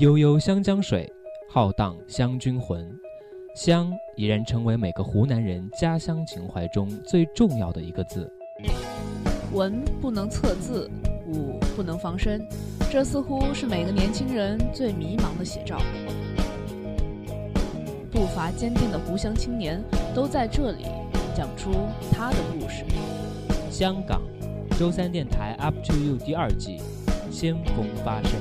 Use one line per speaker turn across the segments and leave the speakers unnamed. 悠悠湘江水，浩荡湘君魂。湘已然成为每个湖南人家乡情怀中最重要的一个字。
文不能测字，武不能防身，这似乎是每个年轻人最迷茫的写照。步伐坚定的湖湘青年都在这里讲出他的故事。
香港，周三电台 Up to You 第二季，先锋发声。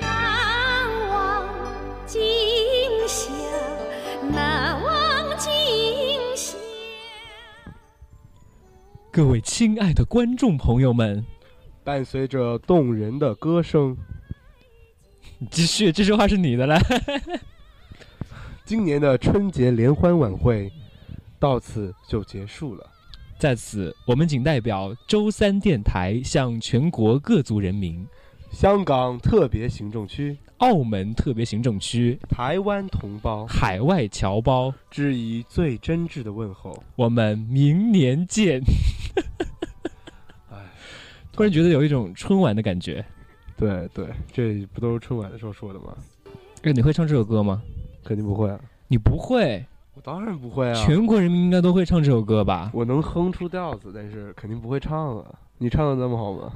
难忘今宵，难忘今宵。
各位亲爱的观众朋友们，
伴随着动人的歌声，
继续，这句话是你的来。
今年的春节联欢晚会到此就结束了。
在此，我们仅代表周三电台向全国各族人民、
香港特别行政区
澳门特别行政区、
台湾同胞
海外侨胞，
致以最真挚的问候。
我们明年见。
哎，
突然觉得有一种春晚的感觉。
对对，这不都是春晚的时候说的吗？
哎，你会唱这首歌吗？
肯定不会啊！
你不会，
我当然不会啊！
全国人民应该都会唱这首歌吧？
我能哼出调子，但是肯定不会唱啊！你唱的那么好吗？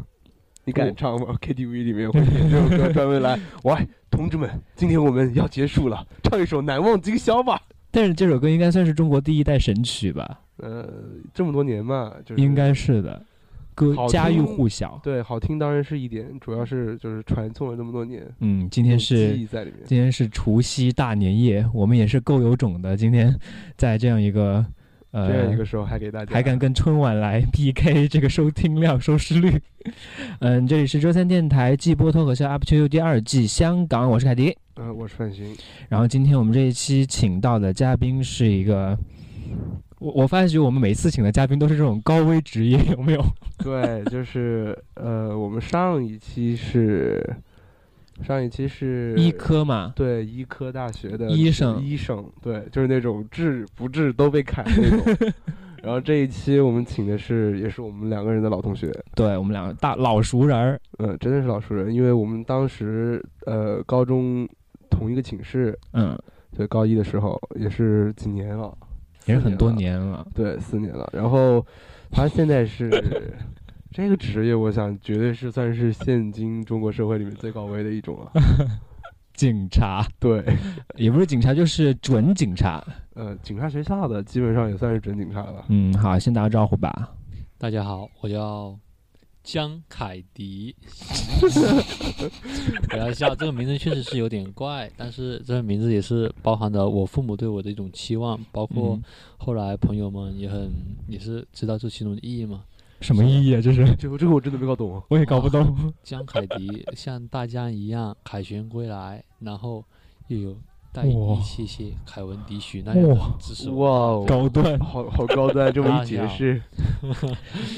你
我
敢唱吗？KTV 里面会点这首歌，专门来。 喂，同志们，今天我们要结束了，唱一首《难忘今宵》吧。
但是这首歌应该算是中国第一代神曲吧？
呃，这么多年嘛，就是
应该是的，歌
好听
家喻户晓。
对，好听当然是一点，主要是就是传颂了那么多年，
嗯，今天
有记
是
忆在里面。
今天是除夕大年夜，我们也是够有种的。今天在这样一个
这样一
呃，
个时候还给大家
还敢跟春晚来 PK 这个收听量、收视率。 嗯，这里是周三电台季播脱口秀 Up to You 第二季香港，我是凯迪。
嗯、我是范鑫，
然后今天我们这一期请到的嘉宾是一个，我我发觉我们每次请的嘉宾都是这种高危职业，有没有？
对，就是呃，我们上一期是上一期是
医科嘛，
对医科大学的
医生
医生对，就是那种治不治都被砍 那种。然后这一期我们请的是，也是我们两个人的老同学，
对我们两个大老熟人儿，
嗯、真的是老熟人，因为我们当时呃高中同一个寝室，
嗯，
对高一的时候也是几年了，
也是很多
四了，
年了。
对，四年了。然后他现在 是这个职业，我想绝对是算是现今中国社会里面最高危的一种了。
警察
对，
也不是警察，就是准警察。
呃，警察学校的基本上也算是准警察了。
嗯，好，先打个招呼吧。
大家好，我叫江凯 迪。开玩笑，这个名字确实是有点怪，但是这个名字也是包含着我父母对我的一种期望，包括
嗯
后来朋友们也很也是知道这其中的意义嘛。
什么意义啊？这是啊
这个这个我真的没搞懂。啊
我也搞不懂。
江凯迪像大江一样凯旋归来，然后又有带一些些凯文迪许那样
哇
的知识。
哇哦，
高端。
好好高端，这么一解
啊
释，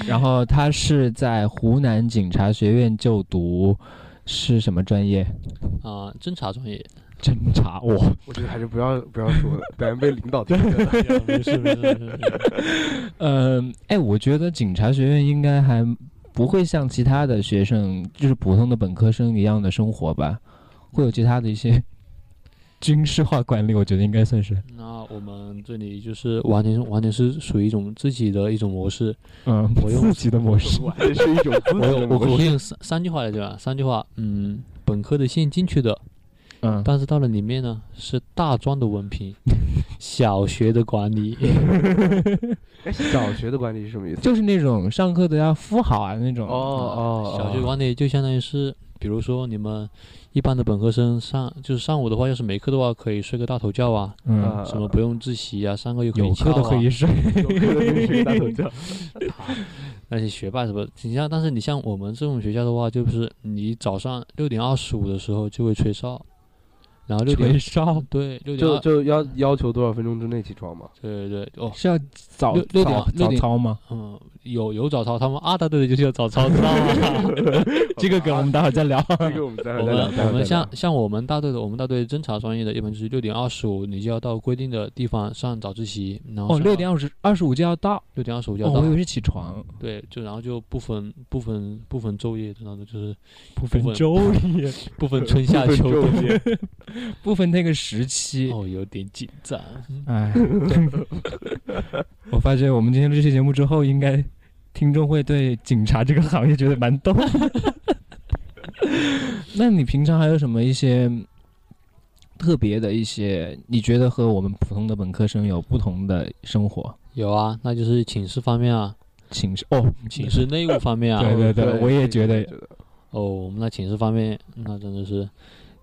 然后他是在湖南警察学院就读，是什么专业？
啊、侦查专业。
侦查。哇，
我觉得还是不要不要说了，等下被领导听见了。
没事没事没事。
嗯，哎，我觉得警察学院应该还不会像其他的学生，就是普通的本科生一样的生活吧，会有其他的一些 军事化管理，我觉得应该算是，
那我们这里就是完全完全是属于一种自己的一种模式。
嗯，
我用
自己的模式，
我还是一种自
我
己的
有我
模
我
式
有三三句话来对吧？三句话，嗯，本科的先进去的，
嗯，
但是到了里面呢，是大专的文 凭，小学的管理，
哎，小学的管理是什么意思？
就是那种上课都要扶好啊那种。
哦哦，
小学
哦
管理就相当于是，比如说你们一般的本科生上就是上午的话，要是没课的话，可以睡个大头觉啊，
嗯，
啊
什么不用自习啊，上课又可以
有
翘
课
啊，
都可以睡。
有课的同学打头 教
那些学霸什么，你像但是你像我们这种学校的话，就是你早上六点二十五的时候就会吹哨，然后六点
吹哨
对六点
就
二
就要要求多少分钟之内起床嘛？
对对对哦。
是要早
六六点
早
六
早
点
操吗？
嗯，有有早操，他们啊，对对，就是有早操，知道 吗？
这个梗我们待会儿再 聊。
啊这个我们待会儿
我
再聊。
们
待会儿再
我们
聊
像像我们大队的，我们大队侦查专业的，一般就是六点二十五，你就要到规定的地方上早自习，然后
哦，六点二十二十五就要到。
六点二十五就
哦，
要到，
我以为是起床，
对，就然后就不分不分不分昼夜的那种，就是
不
分
分周夜，
不 分春夏秋冬。
昼夜
不分那个时期。
哦，有点紧张。
哎， 我发觉我们今天这期节目之后，应该听众会对警察这个行业觉得蛮 逗。那你平常还有什么一些特别的一些，你觉得和我们普通的本科生有不同的生活
有啊，那就是寝室方面啊，
寝室？哦，
寝室内务方面啊。
对对对
对，
我也觉得
哦，我们那寝室方面，那真的是，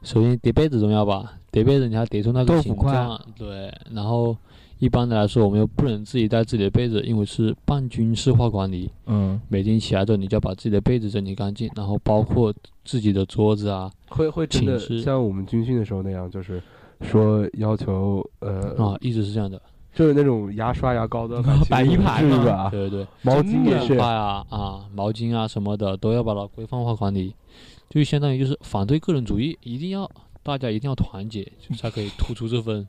首先叠被子重要吧，叠被子你还叠出那
豆
个
腐
形
块
状，啊对，然后一般的来说，我们又不能自己带自己的被子，因为是半军事化管理，
嗯，
每天起来之后，你就要把自己的被子整理干净，然后包括自己的桌子啊，
会会真的
寝室
像我们军训的时候那样，就是说要求呃，
啊，一直是这样的，
就是那种牙刷牙膏都 要
摆一排
是
嘛
吧？
对对对，
啊毛巾也
布
是
块，啊啊，毛巾啊什么的都要把它规范化管理，就相当于就是反对个人主义，一定要大家一定要团结，就才可以突出这份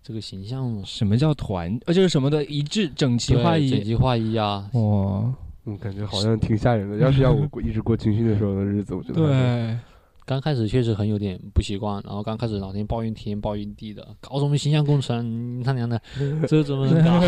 这个形象嘛。
什么叫团？呃，就是什么的一致、整齐划
对整
一。
齐划一啊，
哦，
嗯，感觉好像挺吓人的。要是让我 过一直过军训的时候的日子，我觉得还是，
对，
刚开始确实很有点不习惯，然后刚开始老天抱怨天抱怨地的，搞什么形象工程，他娘 的，这怎么能搞？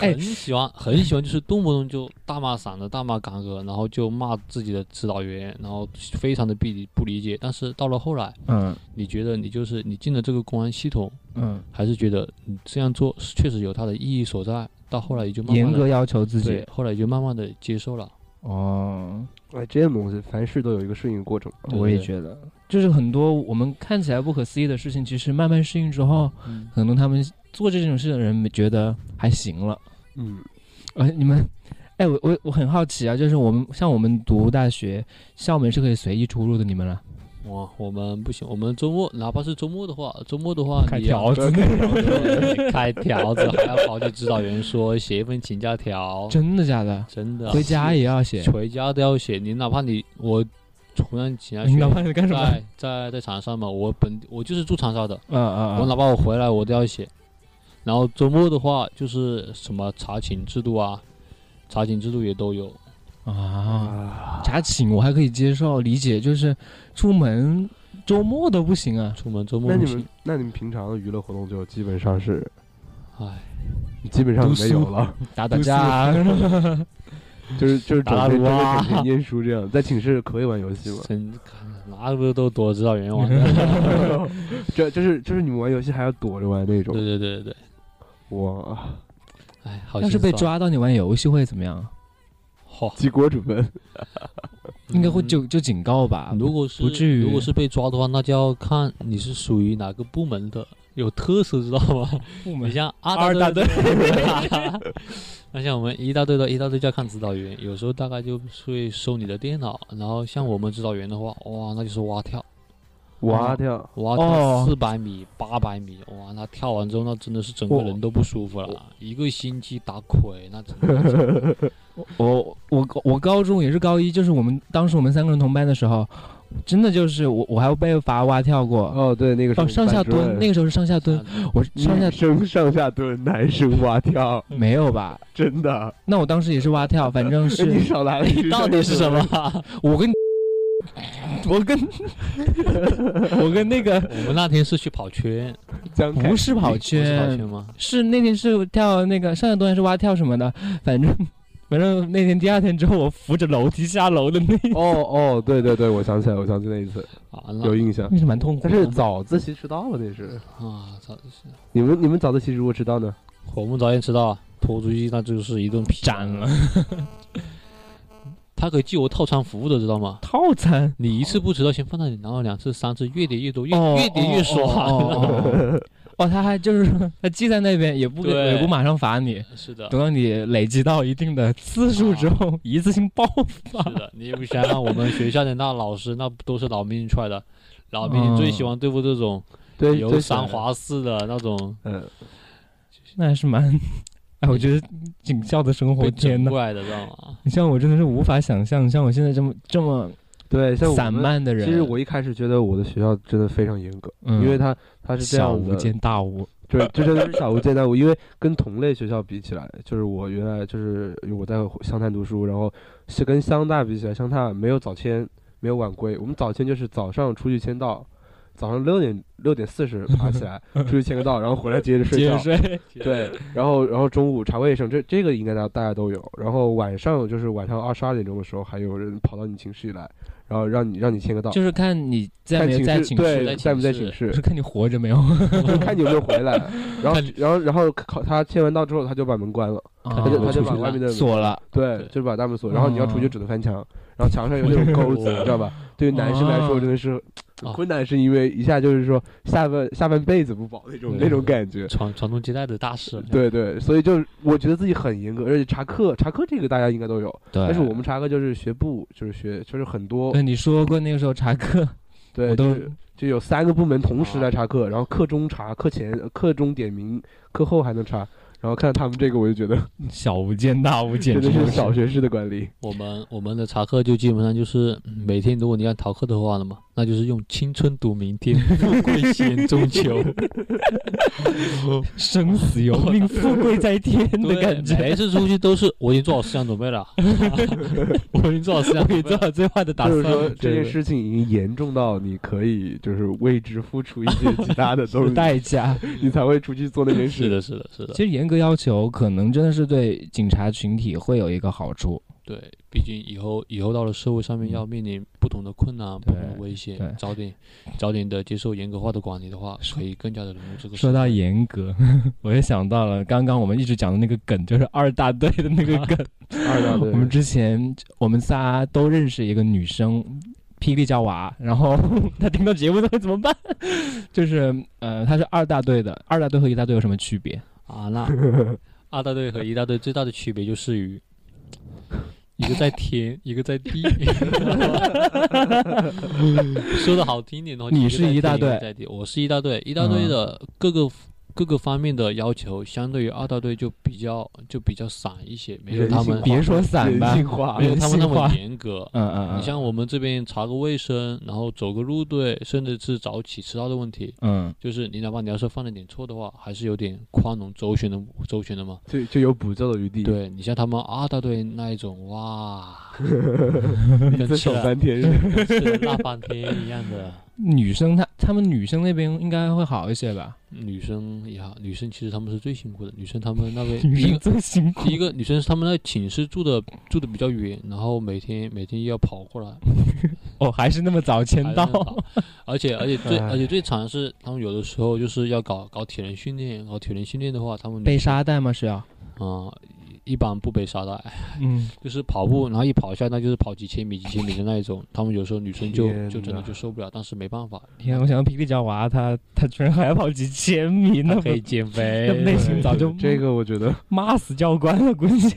哎
很喜欢，很喜欢，就是动不动就大骂嗓子、大骂嘎哥，然后就骂自己的指导员，然后非常的不理不理解。但是到了后来，
嗯
你觉得你就是你进了这个公安系统，
嗯，
还是觉得你这样做是确实有它的意义所在。到后来也就慢慢
严
地
格要求自己
对。，后来也就慢慢的接受了。
哦，
哎，这些东西凡事都有一个顺应过程。
对
我也
对
觉得，就是很多我们看起来不可思议的事情，其实慢慢适应之后，
嗯，
可能他们做这种事的人觉得还行了。
嗯，
呃，你们，哎，我我我很好奇啊，就是我们像我们读大学，校门是可以随意出入的，你们了？
哇，我们不行，我们周末哪怕是周末的话，周末的话
开
啊你要
条子，
对开条子还要跑去指导员说写一份请假 条，
真的假的？
真的
回家也要写，
回家都要写。你哪怕你我湖南请假
你哪
学
怕是干什么？
在在在长沙嘛，我本我就是住长沙的，
嗯嗯，
我
嗯
哪怕我回来我都要写。然后周末的话就是什么查寝制度啊，查寝制度也都有。
啊，
啊，
查寝我还可以接受理解，就是出门周末都不行啊。
出门周末
那
不
你
行
们，那你们平常的娱乐活动就基本上是
唉，
基本上
读
没有
书
了，
打打架啊，
就是就是整
打
天
撸啊
整天念书这样。在寝室可以玩游 戏吗？
真哪个都躲指导 员玩的。
这就是就是你们玩游戏还要躲着玩那
对
种，
对对对对，
哇，
哎，好
要是
心
被
酸，
抓到你玩游戏会怎么样？
嚯
记过主分。
应该会
嗯
就就警告吧。
如果是
不至于
如果是被抓的话，那就要看你是属于哪个部门的，有特色知道吗？
部
你
门
像
二
二
大
队， 那像我们一大队的一大队就要看指导员，有时候大概就会收你的电脑，然后像我们指导员的话，哇，那就是蛙跳，
哇跳，
蛙
哦
跳四百米、八百米，哇，那跳完之后那真的是整个
我
人都不舒服
哦
了，一个星期打腿，那真 的是
我我我高中也是高一，就是我们当时我们三个人同班的时候，真的就是我我还被罚蛙跳过。
哦对，那个时候
哦，上下蹲，那个时候是上下
嗯
蹲，我上下
女生上下蹲，男生蛙跳，
没有吧？
真的。
那我当时也是蛙 跳，反正
你
是
少 来了，你
到底是什么？
我跟 我跟 我跟那个
我们那天是去跑圈，
江凯？
不是 跑
不是跑
圈
圈，吗？
是那天是跳那个上下蹲还是蛙跳什么的，反正反正那天第二天之后，我扶着楼梯下楼的那，
哦哦，对对对，我想起来，我想起那一次
啊，
有
那
印象。
那是蛮痛苦
但
的。
是早自习迟到了，那是
啊，操，真是
你们你们早自习如果迟到呢？
我们早点迟到，拖出去那就是一顿批
斩了。
他可以记我套餐服务的，知道吗？
套餐
你一次不迟到，先放那里，然后两次、三次，越叠越多，越、
哦
越叠越爽。
哦哦 哦哦，他还就是 说他记在那边，也不
对
也不马上罚你，
是的，
等到你累积到一定的次数之
啊
后，一次性爆发。
是的，你也不想想我们学校的那老师，那不都是老命出来的？老命最喜
嗯
欢对付这种
对，嗯
游
最
三
爽，
滑四的那种
嗯，
那还是蛮……哎，我觉得警校的生活，
被
天
整
呐，
过来的，知道吗？
你像我真的是无法想象，像我现在这么这么
对，像我
散
们。
漫的人，
其实我一开始觉得我的学校真的非常严格，
嗯
因为它它是这
小
样
巫
的，
见大巫，
对，这真的是小巫见大巫。因为跟同类学校比起来，就是我原来就是我在湘潭读书，然后是跟湘大比起来，湘大没有早签，没有晚归。我们早签就是早上出去签到，早上六点六点四十爬 起来出去签个到，然后回来接着 睡
接着。
觉
睡，
对，然后然后中午查卫生，这这个应该大家大家都有。然后晚上就是晚上二十二点钟的时候，还有人跑到你寝室里来，然后让你让你签个到，
就是看你在
看
没有在
室
寝室，
对，
在
在不在
寝
寝
室
室
就？是看你活着没有。
就看你有没有回来。然后
看你，
然后，然后考他签完到之后，他就把门关了，
他
他就
哦
他就把
出去
外面的门
啊锁了，
对
对，
就是把大门锁。然后你要出去
哦
只能翻墙，然后墙上有那种钩子，你知道吧？对于男生来说，
哦
真的是
哦
困难，是因为一下就是说下半下半辈子不保那种
对
那种感觉。
传传宗接代的大事。
对对，所以就是我觉得自己很严格，而且查课查课这个大家应该都有，
对。
但是我们查课就是学部，就是学就是很多
对你说过那个时候查课，
对，
哎我都啊
就是就有三个部门同时来查课，然后课中查，课前课中点名，课后还能查，然后看他们这个我就 觉得
小巫见大巫，简
真
直就
的
是
小学式的管理。
我们我们的查课就基本上就是嗯每天，如果你要逃课的话了嘛，那就是用青春赌 明天，富贵险中求。
生死 由命，富贵在天 的
对，
感觉。
每次出去都是我已经做好思想准 备了，我已经做好思想
我
准
也
备
做
了。
好最坏的打
就是
算。
说这
对
件
对
事情已经严重到你可以就是为之付出一些其他 的东西，
代价，
你才会出去做那件
是
事。
的，是的，是的
其，实严格要求可能真的是对警察群体会有一个好处。
对，毕竟以后以后到了社会上
嗯
面要面临不同的困难、不同的
对
危险
对，
早点早点的接受严格化的管理的话，可以更加的融入这个社
说
会。
到严格， 我也想到了刚刚我们一直讲的那个梗，就是二大队的那 个梗。
二大 队
我们之前我们仨都认识一个女生，霹雳叫娃，然后 她听到节目都会怎么办？ 就是呃，她是二大队的，二大队和一大队有什么区别？
啊，那二大队和一大队最大的区别就是于一个在天，一个在地。 说的好听点的话，
你
就是个在
一大
天
队嗯
个在地，我是一大队。一大队的各个、各个方面的要求，相对于二大队就比较就比较散一些，没有
人
他
性
们
别说散吧
人，性化
没有他们那
人性化
么严格。
嗯嗯嗯，
你像我们这边查个卫生，然后走个路队，甚至是早起迟到的问题，
嗯，
就是你哪怕你要是犯了点错的话，还是有点宽容周旋的周旋的嘛。
就就有补救的
嗯
余地。，
对你像他们阿大队那一种， 哇，
一
跟
次
吃
手
了
翻天日，
跟吃了大半天一样的。
女生她她们女生那边应该会好一些吧？
女生也好，女生其实她们是最辛苦的。女生她们那边
女
第一
生
个
最辛苦
第，一个女生是她们那寝室住的住的比较远，然后每天每天又要跑过来，
哦，还是那么早签
还
到
是，很好而且而且 最
哎
唉
而且最惨的是，她们有的时候就是要搞搞体能训练，搞体能训练的话，她们
背
女生
沙袋吗？是要，
啊、一一般不背沙袋，
嗯，
就是跑步，然后一跑下那就是跑几千米、几千米的那一种。他们有时候女生就
天
就真的
哪
就受不了，但是没办法，
天，我想到霹雳娇娃，她她居然还要跑几千米，那
她
不
可以减 肥
那不。哎内心早就
这个我觉得
骂死教官了，估计。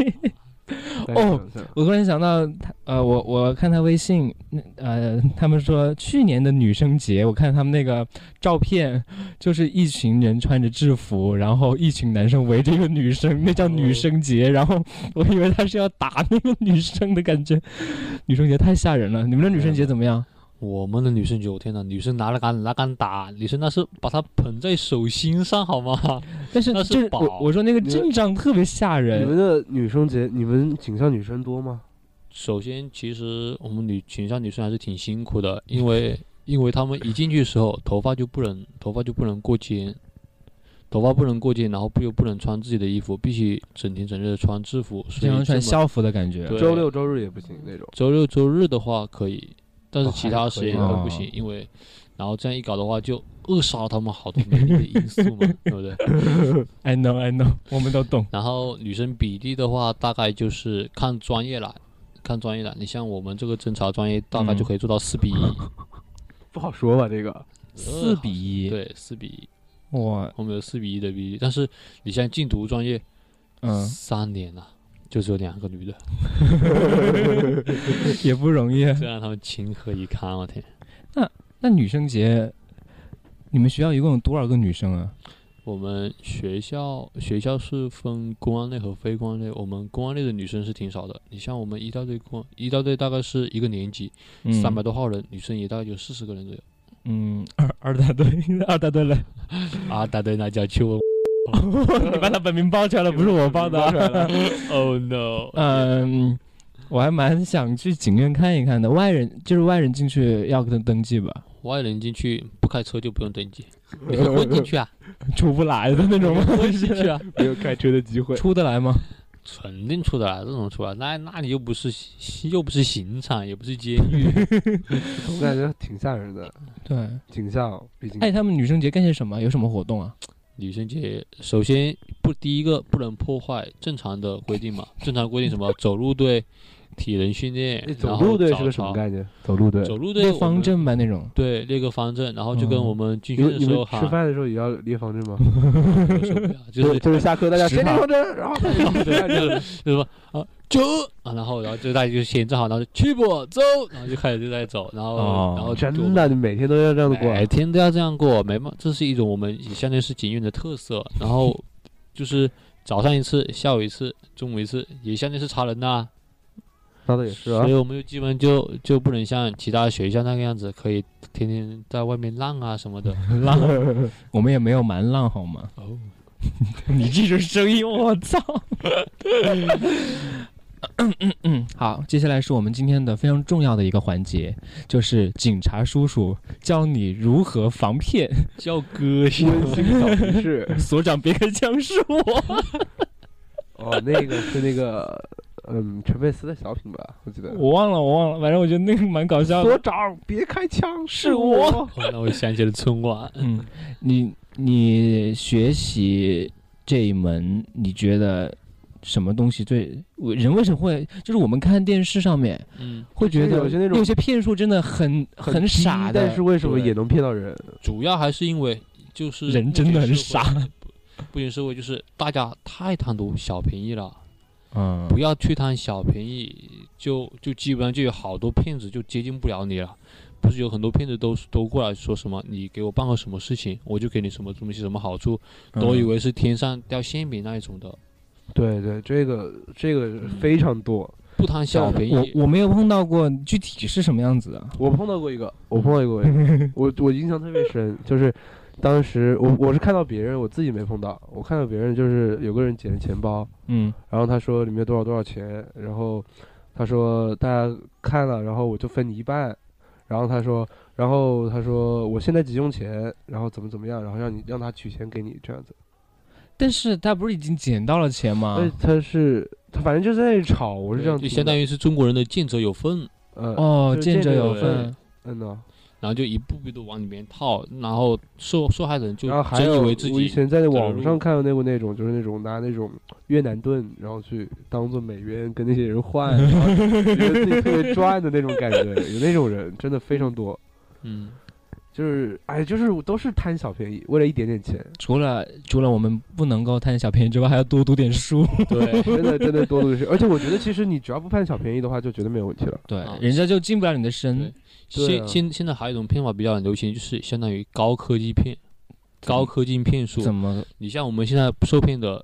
哦，
再想想
我突然想到他，呃，我我看他微信，那呃，他们说去年的女生节，我看他们那个照片，就是一群人穿着制服，然后一群男生围着一个女生，那叫女生节。然后我以为他是要打那个女生的感觉， 女生节太吓人了。你们的女生节怎么样？
我们的女生就天呐，女生拿了杆拿杆打，女生那是把它捧在手心上好吗？
但是
那是
就是
宝
我我说那个阵仗特别吓
你
人，
们的女生节，你们警校女生多吗？
首先，其实我们女群校女生还是挺辛苦的，因为因为她们一进去的时候，头发就不能头发就不能过肩，头发不能过肩，然后不又不能穿自己的衣服，必须整天整日的穿制服，所
经
以
常穿
这么
校服的感觉。
对
周六周日也不行那种。
周六周日的话可以，但是
哦
其
还
他
可
时
以
间都不
哦
行，因为然后这样一搞的话，就扼杀了他们好多美丽的因素嘛，对不对？
I know, I know，我哎们都懂。
然后女生比例的话，大概就是看专业啦，看专业啦。你像我们这个侦查专业，大概就
嗯
可以做到四比一、
不好说吧，这个
四比 一，
对，四比一，
哇，
我们有四比一的比例。但是你像禁毒专业，
嗯，
三年了，就只有两个女的，
也不容易。
这让他们情何以堪、我天，
那女生节，你们学校一共有多少个女生啊？
我们学校学校是分公安类和非公安类，我们公安类的女生是挺少的。你像我们一大队公一大队大概是一个年级三百、
嗯
多号人，女生也大概有四十个人左右。
嗯，二二大队， 二大队来，
啊，大队那叫去问。
你把他本名报出来 了，不是我报的啊。
Oh no！
嗯，我还蛮想去景院看一看的。外人就是外人进去要登登记吧，
外人进去不开车就不用登记，你可以混进去 啊，
出不来的那种吗？
混进去啊，
没有开车的机 会。
出得来吗？
肯定出得来，这种出来，那那你又不是又不是刑场，也不是监狱，
我感觉挺吓人的，
对。
警校毕竟
哎，他们女生节干些什么？有什么活动啊？
女生节，首先不第一个不能破坏正常的规 定嘛，正常规定什么走路队、体能训练
哎，
然
走
后
路队
早
是个什么
操？
概念？哦走路队，
走路队
列
我
方
们
阵吧那种。
对列个方阵，然后就跟
嗯
我们军
你
训
们
的
你
时
们
候
吃
喊，
饭的时候也要列方阵吗？
受不了 就是
就是下课大家
食
谁列
堂
方阵，然后
对，就是就是说啊走啊，然后然后就大家就先站好，然后就去不走，然后就开始就在走，然后、
哦
然后就
真的，你每天都要这样过。
每天都要这样过，没嘛，这是一种我们相当于是警院的特色。然后就是早上一次，下午一次，中午一次，也相当于是查人呐、
那倒也是啊
所以，我们就基本就就不能像其他学校那个样子，可以天天在外面浪啊什么的。
浪，我们也没有蛮浪好吗？
哦，
你这种声 音，我操！嗯，好，接下来是我们今天的非常重要的一个环节，就是警察叔叔教你如何防骗。
叫哥是
温馨小提示。
所长，别开枪，是我。
哦，那个是那个，嗯，陈佩斯的小品吧，我记得。
我忘了，我忘了，反正我觉得那个蛮搞笑
所
的。
长，别开枪，
是我。
让我想起了春晚。
嗯，你你学习这一门，你觉得什么东西最？我人为什么会？就是我们看电视上面
嗯，
会觉得
有些那种
有些骗术真的很很
低
傻的，
但是为什么
对
也能骗到人？
主要还是因为就是
人真的很傻。
不仅社会就是大家太贪图小便宜了，
嗯，
不要去贪小便宜，就就基本上就有好多骗子就接近不了你了。不是有很多骗子都都过来说什么，你给我办个什么事情，我就给你什么东西什么好处，
嗯
都
嗯
以为是天上掉馅饼那一种的，
对对，这个这个非常多。
不贪小便
啊
宜。
我我没有碰到过，具体是什么样子的？
我碰到过一个，我碰到过一个，我我印象特别深，就是当时我我是看到别人，我自己没碰到，我看到别人就是有个人捡了钱包，
嗯
然后他说里面多少多少钱，然后他说大家看了，然后我就分你一半，然后他说，然后他说我现在急用钱，然后怎么怎么样，然后让你让他取钱给你这样子，
但是他不是已经捡到了钱吗
所？以他是他反正就在那里吵，我是这样
啊就
听的，
相当于是中国人的见者有份，
呃
哦，
就是
见
见
者
者
有
有
份
份。嗯呐、
然后就一步步的往里面套，然后受受害人就
然后还
真以
有
为自
我以
己
前在
走
网
路
上看到过那种，就是那种拿那种越南盾，然后去当做美元跟那些人换，然 后觉得自己特别赚的那种感觉，有那种人真的非常多。
嗯，
就是哎，就是都是贪小便宜，为了一点点钱，，
除了除了我们不能够贪小便宜之外，还要多读点书。
对
真的真的多的是。而且我觉得，其实你只要不贪小便宜的话，就绝对没有问题了。
对
啊，
人家就进不了你的身。
对啊
现现现在还有一种骗法比较流行，就是相当于高科技骗，高科技骗术。
怎么？
你像我们现在受骗的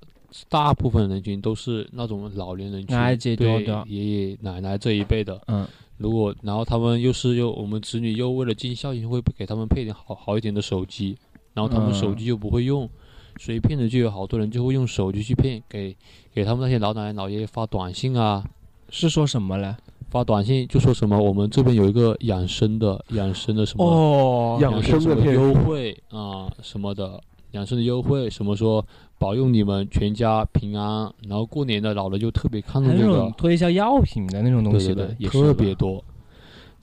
大部分人群都是那种老年人群，
那还解多
对
的
爷爷奶奶这一辈的。
嗯，
如果然后他们又是又我们子女又为了尽孝心，会给他们配点好好一点的手机，然后他们
嗯
手机又不会用，所以骗子就有好多人就会用手机去骗，给给他们那些老奶奶老爷爷发短信啊，
是说什么嘞？
发短信就说什么我们这边有一个养生的养生的什么。
哦
养生的
什么
骗术
优惠啊、什么的，养生的优惠，什么说保佑你们全家平安，然后过年的老人就特别看
还
重
有那
这个
种，推销药品的那种东
对
西
对
的，
对，
也是
特
吧
别多。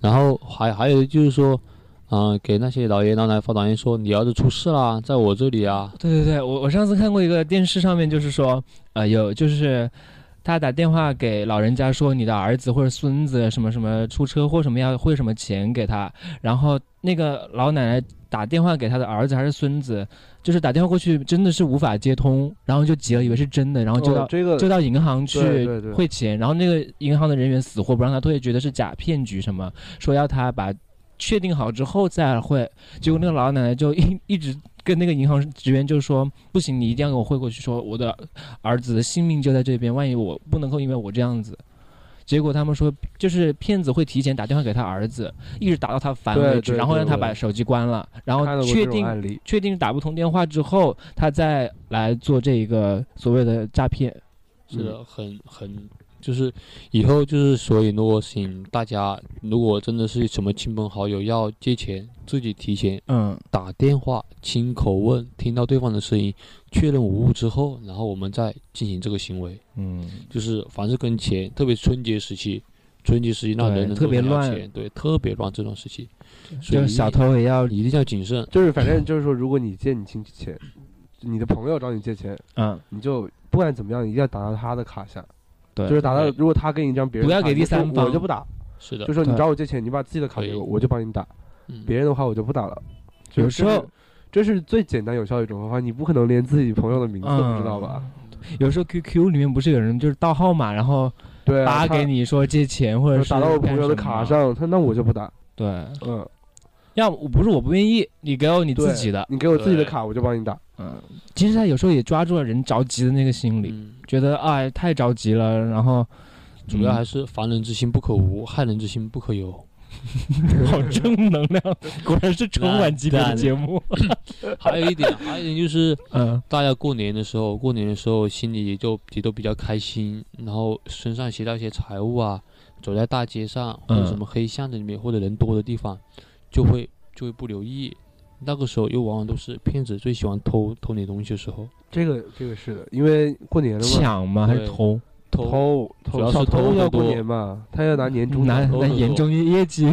然后还还有就是说，嗯、给那些老爷爷老奶奶发短信说，你儿子出事啦，在我这里啊，
对对对，我我上次看过一个电视上面，就是说，呃，有就是他打电话给老人家说你的儿子或者孙子什么什么出车祸什么要汇什么钱给他，然后那个老奶奶打电话给他的儿子还是孙子，就是打电话过去真的是无法接通，然后就急了，以为是真的，然后就到、
哦这个
就到银行去
对对对
汇钱，然后那个银行的人员死活不让他退，觉得是假骗局什么，说要他把确定好之后再汇。结果那个老奶奶就一一直跟那个银行职员就说：“不行，你一定要给我汇过去，说我的儿子的性命就在这边，万一我不能够因为我这样子。”结果他们说，就是骗子会提前打电话给他儿子，一直打到他烦为
对
止，
对
然后让
对
他
对
把手机关了，然后
看到过
确
这种
定
案例，
确定打不通电话之后，他再来做这一个所谓的诈骗。
是的，很很就是以后就是，所以如果请大家，如果真的是什么亲朋好友要借钱，自己提前
嗯，
打电话亲口问，听到对方的声音，确认无误之后，然后我们再进行这个行为。
嗯，
就是凡是跟钱，特别春节时期，春节时期那
对
人人
特别
都想要
乱
钱，对，特别乱这段时期，所
就
以
是小偷也要
一定一定要谨慎。
就是反正就是说，如果你借你亲戚钱，你的朋友找你借钱，
嗯，
你就不管怎么样，一定要打到他的卡下，
对，
就是打到
对
如果他给你一张别人
不要
的卡
给第
你就说
三方
我就不打，
是的
就，说你
对
找我借钱，你把自己的卡给我，
可以
我就帮你打，
嗯
别人的话我就不打了。就
有
是
时候。
这是最简单有效的一种方法，你不可能连自己朋友的名字都
嗯
不知道吧？
有时候 QQ 里面不是有人就是盗号码，然后
对啊，
发
他
给你说借钱或者是
打到我朋友的
干什么啊
卡。上，他那我就不打，
对，
嗯，
要我不是我不愿意，你给我你
对
自己的。
你给我自己的
对
卡，我就帮你打。
嗯，其实他有时候也抓住了人着急的那个心理，
嗯，
觉得哎太着急了，然 后
主要还
是
是防人之心不可无，害人之心不可有。
好正能 量，果然是春晚级别的节目。
还有一点，还有一点就是，
嗯，
大家过年的时候，过年的时候心里也就也都比较开心，然后身上携带一些财物啊，走在大街上或者
嗯
什么黑巷子里面或者人多的地方，就会就会不留意。那个时候又往往都是骗子最喜欢偷偷你东西的时候，
这个这个是的，因为过年了嘛，
抢吗还是
对
偷？
偷
偷
主
偷
要是
小
偷
偷要
得
过
多
年嘛，他要拿年终
拿
奖，
偷
拿
的
眼
多
中业绩，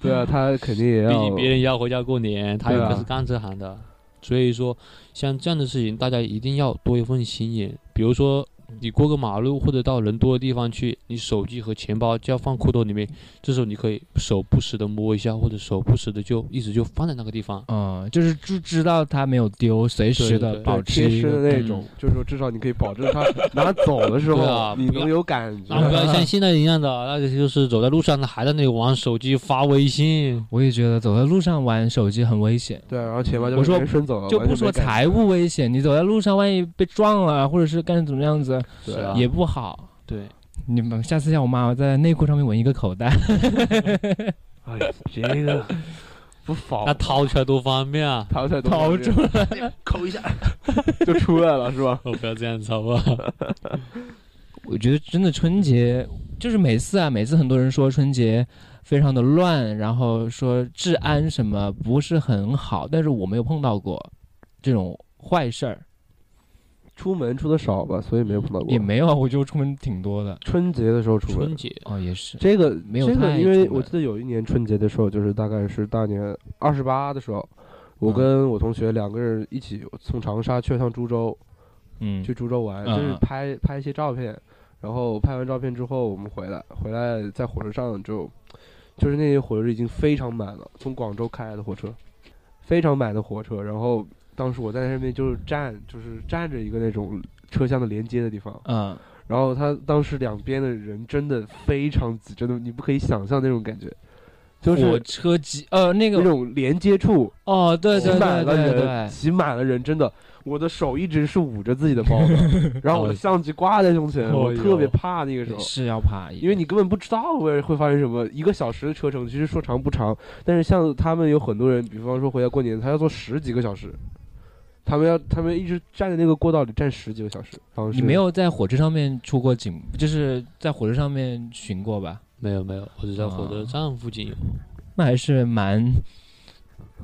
对啊，他肯定也
毕
要
竟别人要回家过年，他
对
又
啊
不是干这行的，所以说像这样的事情，大家一定要多一份心眼。比如说你过个马路或者到人多的地方去，你手机和钱包就要放裤兜里面，这时候你可以手不时的摸一下，或者手不时的就一直就放在那个地方。
嗯，就是知知道他没有丢，随时
对
的
对
保
对
持
贴
一
身
个嗯
的那种，就是说至少你可以保证他拿走的时
对
候
啊
你
不要
能有感
啊，不
觉。
要像现在一样的，那个就是走在路上，他还在那里玩手机、发微信。
我也觉得走在路上玩手机很危险，
对，然后钱包就
我说
被人顺走了，
就
哦完全
不
没
说
感觉
财务危险，你走在路上万一被撞了，啊或者是干怎么样子
对
是啊
也不好。
对，
你们下次让我妈在内裤上面纹一个口袋，
哎，这个不防
那掏出来多方便啊！
掏出来
掏
出
出
来， 抠一下就出来了，是吧？
哦，不要这样子好不好？
我觉得真的春节就是每次啊，每次很多人说春节非常的乱，然后说治安什么不是很好，但是我没有碰到过这种坏事儿，
出门出的少吧，所以没有碰到过
也。没有啊，我就出门挺多的。
春节的时候出门
春，节
哦，也是，
这个
没有
这个，
太
因为
出门
我记得有一年春节的时候，就是大概是大年二十八的时候，我
嗯
跟我同学两个人一起从长沙去了趟株洲，
嗯，
去株洲玩，
嗯
就是
嗯
拍拍一些照片，然后拍完照片之后我们回来，回来在火车上就就是那些火车已经非常满了，从广州开来的火车，非常满的火车，然后当时我在那上面就是站就是站着一个那种车厢的连接的地方，
嗯，
然后他当时两边的人真的非常挤，真的你不可以想象那种感觉，就
火
是
车机，呃，那
那
个，
种连接处
哦，对
挤
对
满
对
了
对
人，
对，
挤满了人，真的，我的手一直是捂着自己的包的，然后我的相机挂在胸前，
哦
我特别
哟
怕那个时候。
哦是要怕，
因为你根本不知道会会发生什么，一个小时的车程其实说长不长，但是像他们有很多人，比方说回家过年，他要坐十几个小时，他们要他们一直站在那个过道里站十几个小时。当时
你没有在火车上面出过警，就是在火车上面巡过吧？
没有没有，我只在火
啊
车站附近有。
那还是蛮，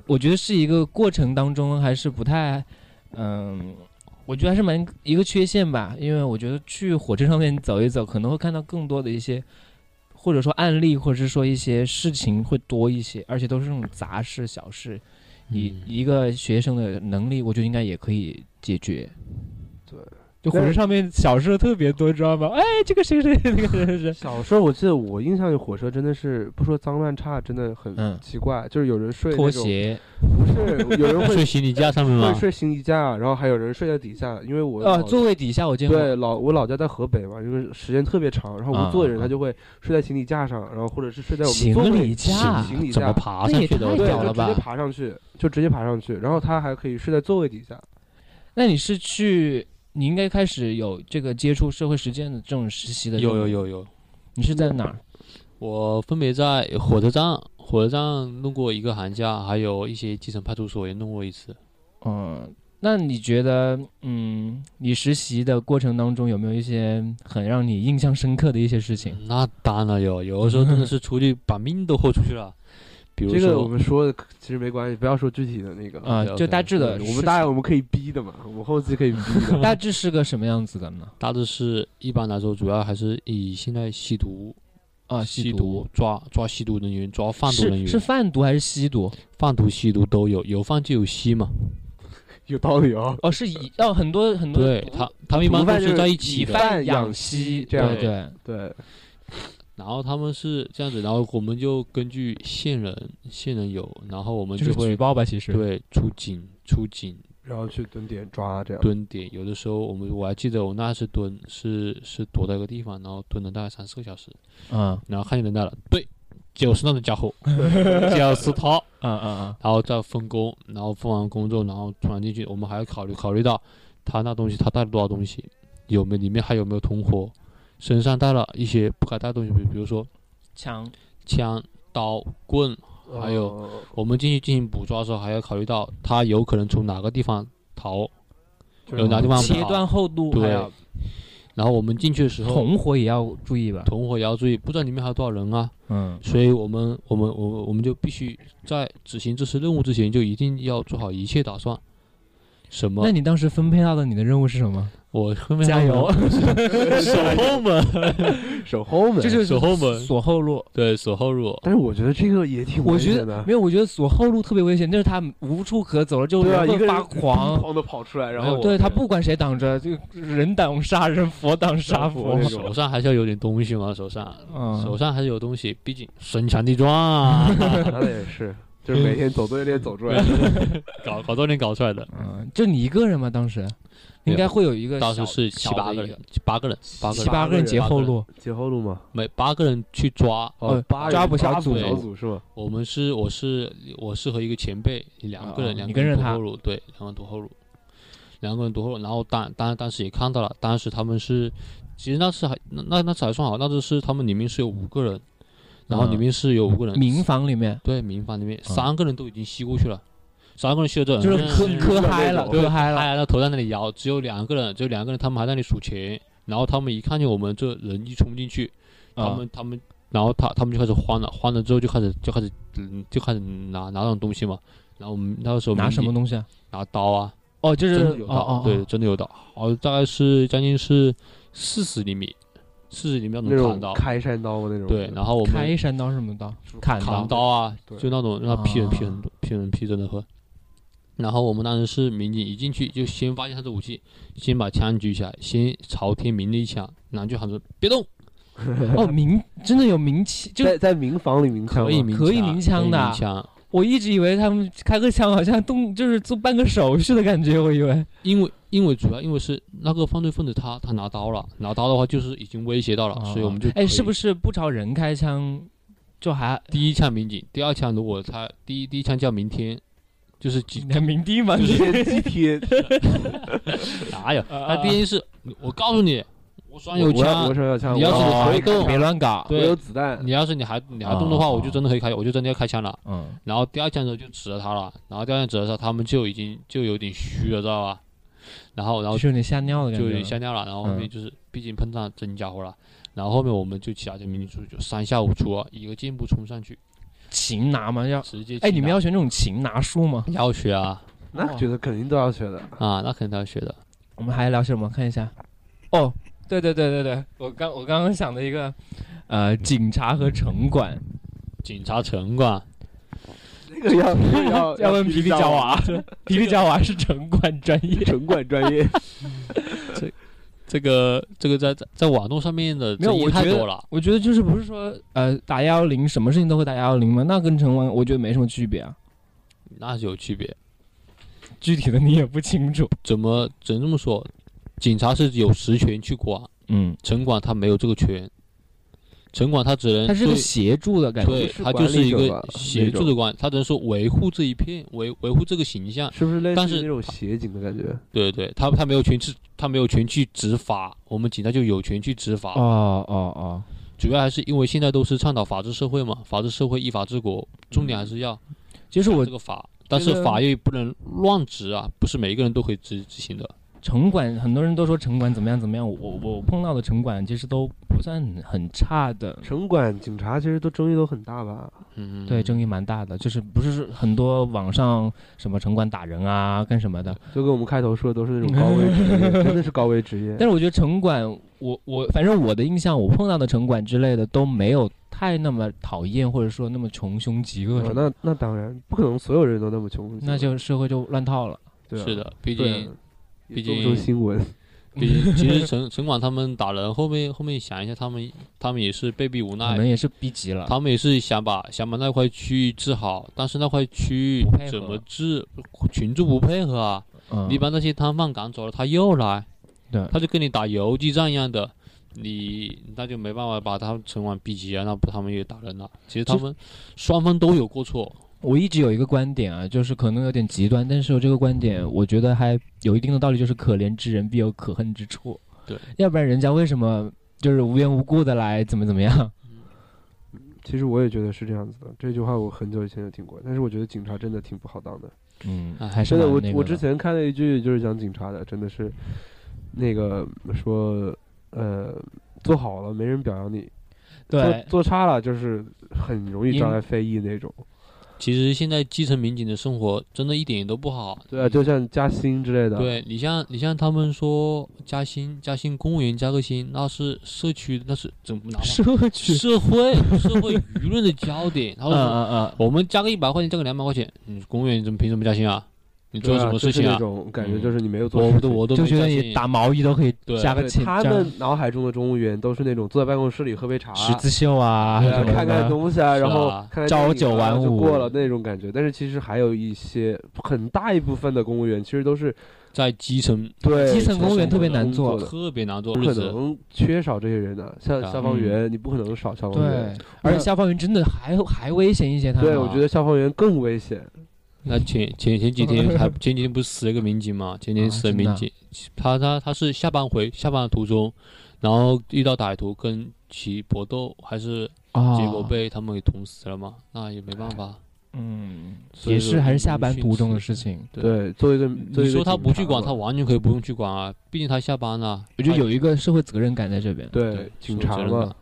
我觉得是一个过程当中还是不太嗯，我觉得还是蛮一个缺陷吧，因为我觉得去火车上面走一走，可能会看到更多的一些，或者说案例，或者是说一些事情会多一些，而且都是那种杂事小事。以
嗯
一个学生的能力，我觉得应该也可以解决。
对，
就火车上面小事特别多，知道吗？哎，这个谁谁谁那个谁 谁谁，
小时候我记得我印象里火车真的是不说脏乱差，真的很
嗯
奇怪，就是有人睡那
拖
种，
鞋
不是 有人会
睡行李架上面
会
嗯
吗？
睡行李架，然后还有人睡在底下，因为我
啊，
老
座位底下我见过。
对老我老家在河北嘛，因为时间特别长，然后
啊
无座的人
啊
他就会睡在行李架上，然后或者是睡在我们
行
座位
李架
行李
怎么
架
爬
那
上
也
去的？
太
我
对，
屌
觉
就
了
得
直接
吧
爬上去，就直接爬上去，然后他还可以睡在座位底下。
那你是去？你应该开始有这个接触社会实践的这种实习的。
有有。有有，
你是在哪儿？
我分别在火车站、火车站弄过一个寒假，还有一些基层派出所也弄过一次。
嗯，那你觉得，嗯，你实习的过程当中有没有一些很让你印象深刻的一些事情？
那当然有，有的时候真的是出去把命都豁出去了。比如
这个我
说，
们说的其实没关系，不要说具体的那个。
啊、
OK，OK，
就大致的
嗯对
是，。
我们大概我们可以逼的嘛，我们后期可以逼的
大致是个什么样子的呢？
大致是一般来说，主要还是以现在吸毒、
啊，
吸
毒。
抓抓吸毒人员、抓贩毒人
是
员，
是贩毒还是吸毒？
贩毒、吸毒都有，有贩就有吸嘛。
有道理哦。
哦，是以哦很多很多
呃对
毒
他，他们一般
毒贩
都
就是
在一
以
起的
贩。
贩
养
养吸
吸这样
对对，
对，
然后他们是这样子，然后我们就根据线人，线人有，然后我们
就是
会
举报吧，其实。
对出警、出警、
然后去蹲点抓这样。
蹲点。有的时候我们我还记得我那次蹲是是躲在一个地方，然后蹲了大概三四个小时，
嗯，
然后看见人来了，对，就是那种家伙，就是他。
啊啊啊！
然后再分工，然后分完工之后，然后突然进去，我们还要考虑考虑到他那东西他带了多少东西，有没有里面还有没有同伙，身上带了一些不该带的东西，比比如说
强
枪、刀、棍。
哦
还有我们进去进行捕抓的时候，还要考虑到他有可能从哪个地方逃，
就是
有哪地方
切
跑
断后路，
对
还有
然后我们进去的时候，
同伙也要注意吧。
同伙也要注意，不知道里面还有多少人啊，
嗯
所以我们我们我们我们就必须在执行这次任务之前，就一定要做好一切打算。什么
那？你当时分配到的你的任务是什么？
我后面
加油，
守 后门，
守后门，
就是
守后门
锁后路。
对，守后路。
但是我觉得这个也挺
我
危
觉
险
得
的
没。有，我觉得锁后路特别危险，就是他无处可走了，就
对啊，
人
一
会
个
发
人
狂。
的跑出来，然
没
后
有
对
我
他不管谁挡着，就人挡杀人，佛挡杀佛
我。那
手
种
上还是要有点东西嘛，手上，
嗯
手上还是有东西，毕竟身强力壮啊，
那也是，就是每
嗯
天走队列走 出来。
搞搞多年搞出来的，
嗯，就你一个人吗？当时
没有
应该会有一个小，
当时是七
小的
八个
一
人，八个人，八个
七
人，
八个人截
八
后
个人
路，
截后路嘛，
每八个人去抓。
哦
八人
抓捕
抓
小
组
小组是吗？
我们是我是我是和一个前辈两个
哦
人，两
你
个
跟着
人夺
他
后路，对，两个人夺后路，两个人夺后路。然后当当当时也看到了，当时他们是其实那次还那那那次还算好，那次是他们里面是有五个人，然后里面是有五个人，
嗯民房里面
对民房里面
嗯
三个人都已经吸过去了，三个人吸了之后
就是磕
嗯
磕嗨了，
对
磕嗨了。
哎，那头在那里摇，只有两个人，只有两个人，他们还在那里数钱。然后他们一看见我们这人一冲进去，他
啊
们、他们，然后他他们就开始慌了，慌了之后就开始就开始嗯就开始拿拿那种东西嘛。然后我们那个时候
拿什么
东
东西啊？
拿刀啊，
哦，就是
真的有
哦
刀，
哦，
对，真的有刀，哦，大概是将近是四十厘米，四十厘米
那
那种嗯砍
种
刀，
开山刀那种。
对，然后我
哦
们
开山刀是什么刀？砍
砍
刀
刀啊
对，
就那种让他劈人
啊
劈很多，劈人劈真的喝。然后我们当时是民警一进去就先发现他的武器，先把枪举起来，先朝天鸣了一枪，然后就喊着别动，
哦，鸣真的有鸣器，就
在在民房里鸣枪
可以
吗
鸣
可以
枪
鸣枪的
可以鸣枪，
我一直以为他们开个枪好像动就是做办个手势的感觉，我以为
因为因为主要因为是那个犯罪分子他他拿刀了，拿刀的话就是已经威胁到了，所以我们就
哎，是不
是
是不朝人开枪就还
第一枪民警，第二枪如果他第一第一枪叫明天，就是几
还鸣地 吗？
就是
天击天，
哪呀？
啊
那第一是我告诉你，我双
我
有
我要
枪
我，手上有枪，
啊你要是
我
你
可
还
以
动
开
别乱搞。
我
对
有子弹
你，要是你还你还动的话，
啊
我就真的可以开，我就真的要开枪了。
嗯，
然后第二枪的时候就指着他了，然后第二枪指着他，他们就已经就有点虚了，知道吧？然后然后
就是有点吓尿的感
就
觉。
有点吓尿了，然后后面就是毕竟碰上真家伙了，然后后面我们就其他的民警出去就三下五除二，一个箭步冲上去，
擒拿吗？要
直接
哎，你们
擒
要选这种擒拿术吗？
拿要学啊，
那觉得肯定都要学的。
啊，那肯定要学的。
我们还聊什么？看一下。哦，对对对对对，我刚我刚刚想的一个，呃，警察和城管，
警察城管，
这个 要要
哦要啊问皮皮娇，娃， 皮皮娇娃是城管专业。
城管专 业。
这个这个在在在网络上面的
没有
争议
我觉
太
得
多了。
我觉得就是不是说呃打幺幺零什么事情都会打幺幺零吗？那跟城管我觉得没什么区别啊，
那是有区别。
具体的你也不清楚。
怎么只能这么说？警察是有实权去管，
嗯，
城管他没有这个权，城管他只能
它是个
对
协助的感
对
觉。
是
他
管
就
理
是一
者
个
吧
协
那
助
种
的管，他只能说维护这一片，维维护这个形象。
是不是类
但
似于
是
那种协警的感觉？
对对，他他没有权去，他没有权去执法，我们警察就有权去执法。
哦哦哦，
主要还是因为现在都是倡导法治社会嘛，法治社会依法治国，
嗯
重点还是要
其实我
这个法，但
觉
是
得
法律不能乱执啊，不是每一个人都可以执执行的。
城管很多人都说城管怎么样怎么样，我我碰到的城管其实都不算很很差的，
城管、警察其实都争议都很大吧？
嗯，
对，争议蛮大的，就是不是很多网上什么城管打人啊，干什么的。
就跟我们开头说的都是那种高危职 业，真的是高危职业
但。是我觉得城管，我我反正我的印象，我碰到的城管之类的都没有太那么讨厌，或者说那么穷凶极恶
啊
什么的，
那那当然，不可能所有人都那么穷。
那就社会就乱套了。
对啊
是，的，毕
对啊，也
竟毕
做不
竟
出新闻，
毕竟，其实 城城管他们打人，后面后面想一下，他们他们也是被逼无
可
奈
能，也是逼急了。
他们也是想把想把那块区域治好，但是那块区域
不配合
怎么治，群众不配合啊！
嗯，
你把那些摊贩赶走了，他又来，
对
他就跟你打游击战一样的，你那就没办法把他们城管逼急啊，那不他们也打人了。其实他
其
们双方都有过错，
我一直有一个观点啊，就是可能有点极端，但是我这个观点我觉得还有一定的道理，就是可怜之人必有可恨之处。
对，
要不然人家为什么就是无缘无故的来怎么怎么样？
其实我也觉得是这样子的。这句话我很久以前就听过，但是我觉得警察真的挺不好当的。
嗯，
哎
还是
真的，
蛮
我
那个
我之前看了一句就是讲警察的，真的是那个说呃做好了没人表扬你，做
对
做差了就是很容易招来非议那种。
其实现在基层民警的生活真的一点都不好。
对啊，就像加薪之类的。
对你像你像他们说加薪加薪，公务员加个薪，那是社区那是怎么 哪怕
社区，
社会社会舆论的焦点。他
嗯
们说、
嗯嗯，
我们加个一百块钱，加个两百块钱，你公务员怎么凭什么加薪啊？你
对
做
啊，
了什么事情
就是那
啊？
种感觉
嗯
就是你没有做
我
事
都
情。
我都
就
没
觉得
加
你
薪
打毛衣都可以
对
加个
对
钱，
他
加
们脑海中的公务员都是那种坐在办公室里喝杯茶，
十字绣啊
对
什
啊
么
看看
的，
东西啊，
是
然后
啊
看看
朝
电影
九
啊
晚
就
五
过了那种感觉。但是其实还有一些很大一部分的公务员其实都是
在基层
对
基层公务员特别难
工作
做
的，
特别难做
不可
日子，
能缺少这些人的，像
啊
消防员，你不可能少消防
对
员。，
而且消防员真的还还危险一些，他们啊
对，我觉得消防员更危险。
那前前前几 天还前几天不是死了一个民警嘛？前几天
啊
死了
真的
民
啊
警，他他他是下班回下班的途中，然后遇到歹徒跟其搏斗，还是
啊，
结果被他们给捅死了嘛？那也没办法。
嗯，
所以
也
说
是还是
你
下班
去
途中的
吃
事情。
对
对，作为一个，作为一
你
个
说他不去管，
警察嘛
他完全可以不用去管啊，毕竟他下班了。
我觉
哎
得
他
有一个社会责任感在这边。
对警察
是有责任
嘛
的，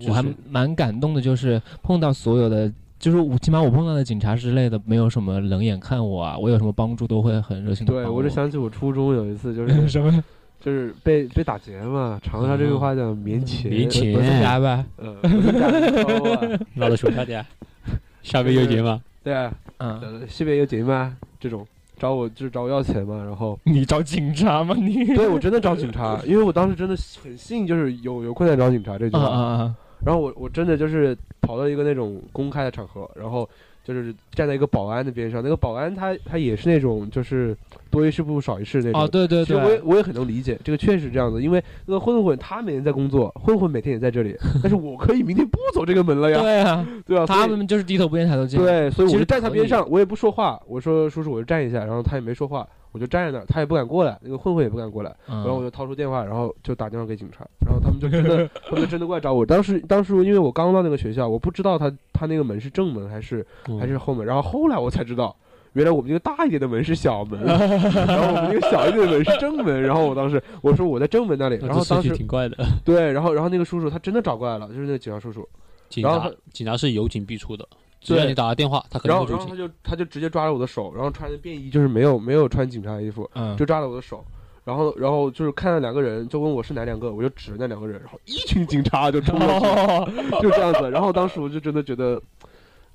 就
我还
是
蛮感动的，就是碰到所有的，就是我起码我碰到的警察之类的，没有什么冷眼看我啊，我有什么帮助都会很热心的
对，我就
就
想起我初中有一次，就是
什么
就是被被打劫嘛，长沙这句话叫棉钱，
棉钱
我是啥吧？
呃，我就打得高啊
闹得熊大 点，下
面
面
有
有
节
节嘛？
对啊，
嗯，
呃，西北有劫吗？这种找我就是找我要钱嘛，然后
你找警察吗？你
对我真的找警察，因为我当时真的很信，就是有有困难找警察这句
啊
话。
啊啊！
然后我我真的就是跑到一个那种公开的场合，然后就是站在一个保安的边上，那个保安他他也是那种就是多一事不如少一事那种。
哦，对对
其实我也
对，
我也很能理解，这个确实这样子，因为那个混混他每天在工作，混混每天也在这里，但是我可以明天不走这个门了呀，
对啊，
对啊，所以
他们就是低头不见抬头见。，
对，所以
其
我就
实
站他
可
边
以
上，我也不说话，我说叔叔，我就站一下，然后他也没说话，我就站在那儿，他也不敢过来，那个混混也不敢过来，然后
嗯，
我就掏出电话，然后就打电话给警察，然后他们就真的，他们就真的过来找我。当时，当时因为我刚到那个学校，我不知道他他那个门是正门还是
嗯
还是后门，然后后来我才知道。原来我们那个大一点的门是小 门，然后我们那个小一点的门是正门。然后我当时我说我在正门那里，然后当
社区
时
挺怪 的。
对，然后然后那个叔叔他真的找过来了，就是那个警察叔叔，
警
然后
察警察是有警必出的，只要你打个电话，他可
然后
能会
然
出
后他
警。
就他就直接抓着我的手，然后穿着便衣，就是没有没有穿警察衣服，
嗯
就抓着我的手。然后，然后就是看到两个人，就问我是哪两个，我就指着那两个人，然后一群警察就冲过去，就这样子。然后当时我就真的觉得，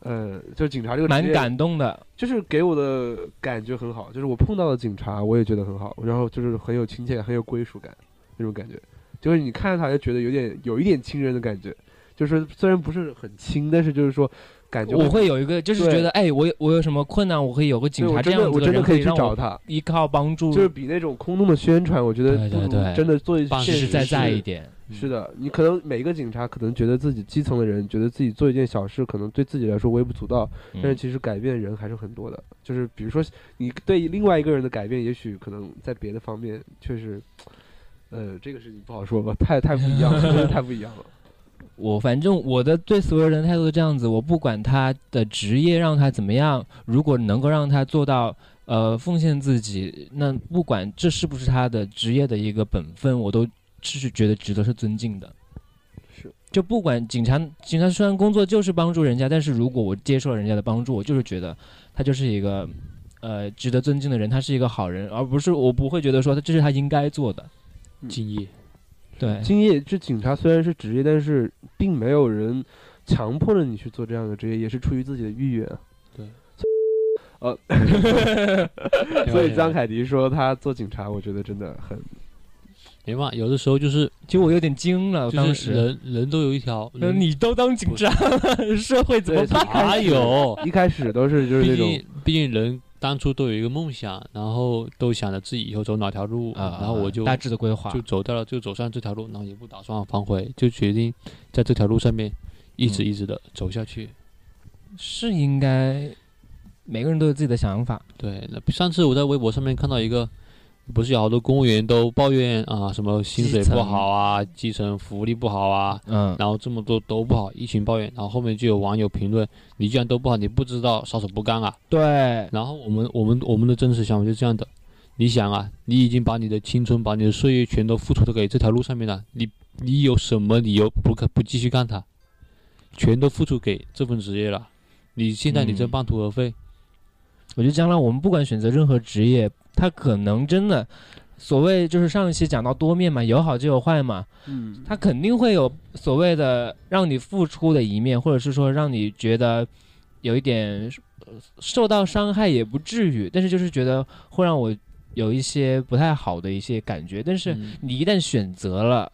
呃，就警察这个职
蛮
业
感动的。
就是给我的感觉很好，就是我碰到的警察，我也觉得很好，然后就是很有亲切感，很有归属感那种感觉，就是你看着他就觉得有点有一点亲人的感觉，就是虽然不是很亲，但是就是说感觉
我会有一个，就是
对
觉得，哎，我有我有什么困难，我会有个警
对
察
我
这
真的
样
我
子的
真的
人
可以去
让
找
我
他，
依靠帮助，
就是比那种空洞的宣传，我觉得
对
不
对
如
对
真的做一
棒
些
实实在在一点。
是的，你可能每个警察可能觉得自己基层的人觉得自己做一件小事，可能对自己来说微不足道，
嗯
但是其实改变人还是很多的，就是比如说你对另外一个人的改变，也许可能在别的方面确实，呃，这个事情不好说吧，太太不一样了，真的太不一 样了。
我反正我的对所有人态度是这样子，我不管他的职业让他怎么样，如果能够让他做到呃奉献自己，那不管这是不是他的职业的一个本分，我都是觉得值得是尊敬的。
是，
就不管警察，警察虽然工作就是帮助人家，但是如果我接受了人家的帮助，我就是觉得他就是一个呃值得尊敬的人，他是一个好人，而不是我不会觉得说他这是他应该做的。
敬业，
对，
今夜这警察虽然是职业，但是并没有人强迫着你去做这样的职业，也是出于自己的意愿。啊
对，
呃，
对
所以
吧
张凯迪说他做警察，我觉得真的很
没嘛，有的时候就是
其实我有点惊
哦
了，
就
当
是
时。
人人都有一条，
呃
人
你都当警察， 社会怎么
对
办？
哪有？
一开始都是就是
毕
那种
竟毕竟人当初都有一个梦想，然后都想着自己以后走哪条 路，
啊
然后我就
啊大致的规划
就，走到了就走上这条路，然后也不打算返回，就决定在这条路上面一直
嗯
一直的走下去。
是应该每个人都有自己的想法。
对，那上次我在微博上面看到一个，不是有好多公务员都抱怨啊，什么薪水
基层
不好啊，基层福利不好啊，
嗯，
然后这么多都不好，一群抱怨，然后后面就有网友评论：“你居然都不好，你不知道撒手不干啊
对！”，
然后我们我们我们的真实想法就是这样的：你想啊，你已经把你的青春、把你的岁月全都付出的给这条路上面了，你你有什么理由不可不继续干它？全都付出给这份职业了，你现在你这
嗯
半途而废，
我觉得将来我们不管选择任何职业，他可能真的所谓就是上一期讲到多面嘛，有好就有坏嘛，
嗯，
他肯定会有所谓的让你付出的一面，或者是说让你觉得有一点呃受到伤害也不至于，但是就是觉得会让我有一些不太好的一些感觉，但是。
嗯
你一旦选择了，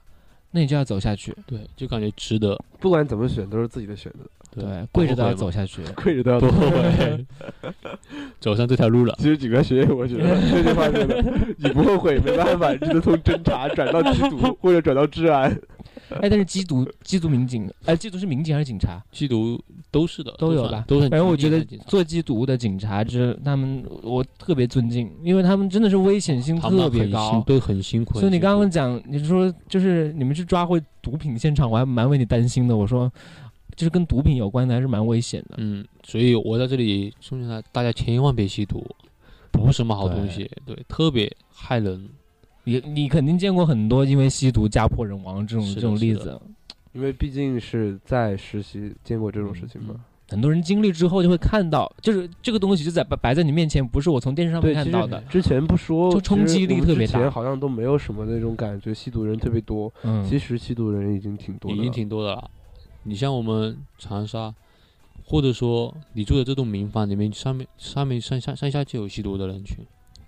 那你就要走下去，
对，就感觉值得。
不管怎么选都是自己的选择，
对，
不
跪着都
后
要
悔吗
走下去。
跪着都要
不
做。
后悔， 走上这条路了。
其实警察学院，我觉得这句话真的，你不后悔，没办法，只能从侦查转到缉毒，或者转到治安。
哎，但是缉毒缉毒民警，哎，缉毒是民警还是警察？
缉毒都是的，
都有
算
吧
都是很
反正我
敬
觉
业
得
的嗯警察。
做缉毒的警察之，他们我特别尊敬，因为他们真的是危险性
他们
特别
很辛
高。
对，很辛苦。
所以
很
你
辛
刚
苦
刚讲，你说就是你们去抓获毒品现场，我还蛮为你担心的。我说，就是跟毒品有关的，还是蛮危险的。
嗯，所以我在这里奉劝大大家千万别吸毒，不是什么好东
对
西，对，特别害人。
你你肯定见过很多因为吸毒家破人亡这种
是的
这种
是
例
的
子，
因为毕竟是在实习见过这种事情嘛。
很多人经历之后就会看到，就是这个东西就在摆摆在你面前，不是我从电视上面
对，
看
其
到
实
的。
之前不说，
就冲击力
其实我们
特别大
之前好像都没有什么那种感觉，吸毒人特别多。
嗯，
其实吸毒人已经挺多的
已
了，
经挺多的了。你像我们长沙，或者说你住的这栋民房里面，上面上面上下上下就有吸毒的人群，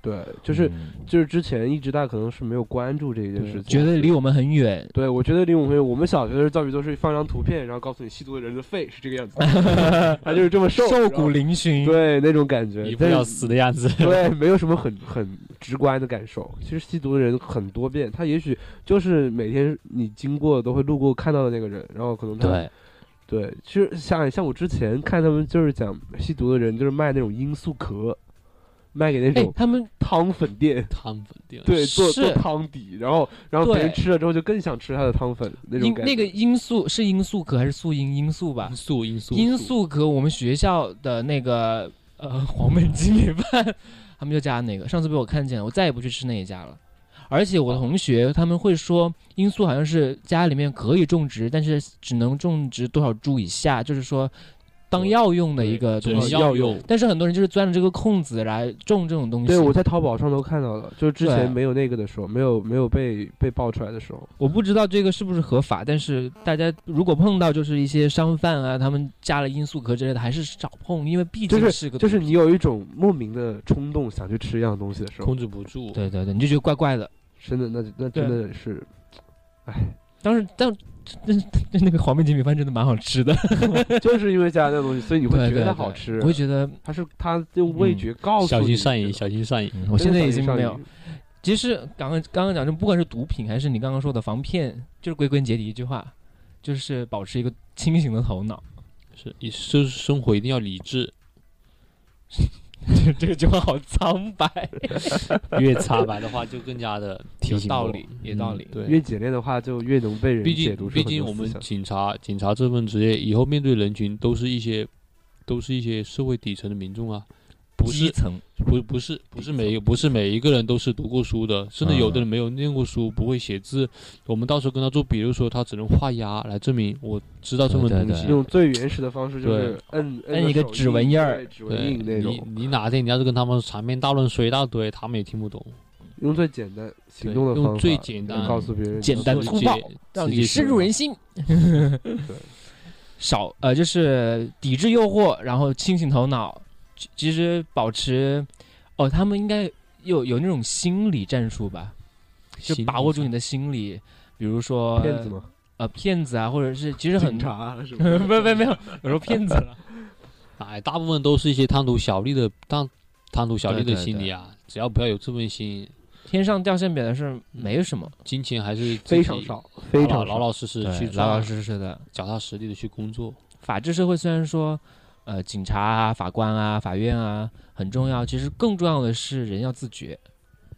对，就是、
嗯
就是之前一直大家可能是没有关注这一件
对
事情，
觉得离我们很远。
对，我觉得离我们我们小学的时候教育都是放张图片，然后告诉你吸毒的人的肺是这个样子， 他就是这么瘦，
瘦
然后
骨嶙峋，
对那种感觉，
一副
但是
要死的样子。
对，没有什么很很直观的感受。其实吸毒的人很多变，他也许就是每天你经过都会路过看到的那个人，然后可能他
对
对其实像像我之前看他们就是讲吸毒的人就是卖那种罂粟壳，卖给那
哎
种，
他们
汤粉店，
汤粉店，
对，做做
是
汤底，然后然后别人
对
吃了之后就更想吃他的汤粉那种
罂
感觉。
那个罂粟是罂粟壳还是素罂罂粟吧
因？素因素
罂粟壳，我们学校的那个呃 黄焖鸡米饭，他们就加那个。上次被我看见了，我再也不去吃那一家了。而且我的同学他们会说，罂粟好像是家里面可以种植，但是只能种植多少株以下，就是说当药用的
对
一个
只
东
能
西。
药用，
但是很多人就是钻着这个空子来种这种东西。
对，我在淘宝上都看到了，就是之
对
前没有那个的时候，没有没有被被爆出来的时候，
我不知道这个是不是合法，但是大家如果碰到就是一些商贩啊，他们加了罂粟壳之类的，还是少碰，因为毕
就
竟
是
个
就是
毒
你有一种莫名的冲动想去吃一样东西的时候，
控制不住。
对对对，你就觉得怪怪的。
真的那那
对
真的是，哎
当时但但但 那个黄焖鸡米饭真的蛮好吃的，
就是因为加那东西，所以你会
对
觉
对
得
对
好吃
啊
我。会觉得，
它是它用味觉告诉
小
你
心
这
上
个
瘾，小心上瘾。
嗯我现
真的
在
小
已
心
经
上
没有
瘾。
其实刚刚刚刚讲，就不管是毒品还是你刚刚说的防骗，就是归根结底一句话，就是保持一个清醒的头脑。
是，也就是生活一定要理智，
这个句话好苍白。
越苍白的话就更加的
提
有
醒
道
我
理，
有道理
嗯对，
越简练的话，就越能被人
毕
解
竟
读出
毕
很
竟
多
我
思
们
想。
警察警察这份职业以后面对人群都是一些都是一些社会底层的民众啊，不
基
是
层，
不不是不是每一个不是每一个人都是读过书的，甚至有的人没有念过书，不会写字。我们到时候跟他做，比如说他只能画押来证明我知道这份
对对
东西
对。
用最原始的方式就是
对
摁
摁一个
手
指纹印儿
对指纹
对，
印那
你
种，
你哪天你要是跟他们长篇大论说一大堆，他们也听不懂。
用最简单行
对
动的
用
方法，
最简单
告诉别人
简单
直接
粗暴，让
直
你
接
深
说
入人心。 少呃，就是抵制诱惑，然后清醒头脑，其其实保持哦，他们应该有有那种心理战术吧，就
心
把
理
握住
上
你的心理，比如说
骗子嘛，
呃骗子啊，或者是其实很
查啊什么
不不没有，我说骗子了，
哎，大部分都是一些贪图小利的贪贪图小利
对
的
对
心
对
理啊，只要不要有这份心，
天上掉馅饼的
嗯
事没什么，
金钱还是自
非常
己
少，
老
非
老
常
老
少。
老实实
对
去
老老
赚
实实的。
脚踏实地的去工作。
法治社会虽然说，呃，警察啊、法官啊、法院啊很重要，其实更重要的是人要自觉。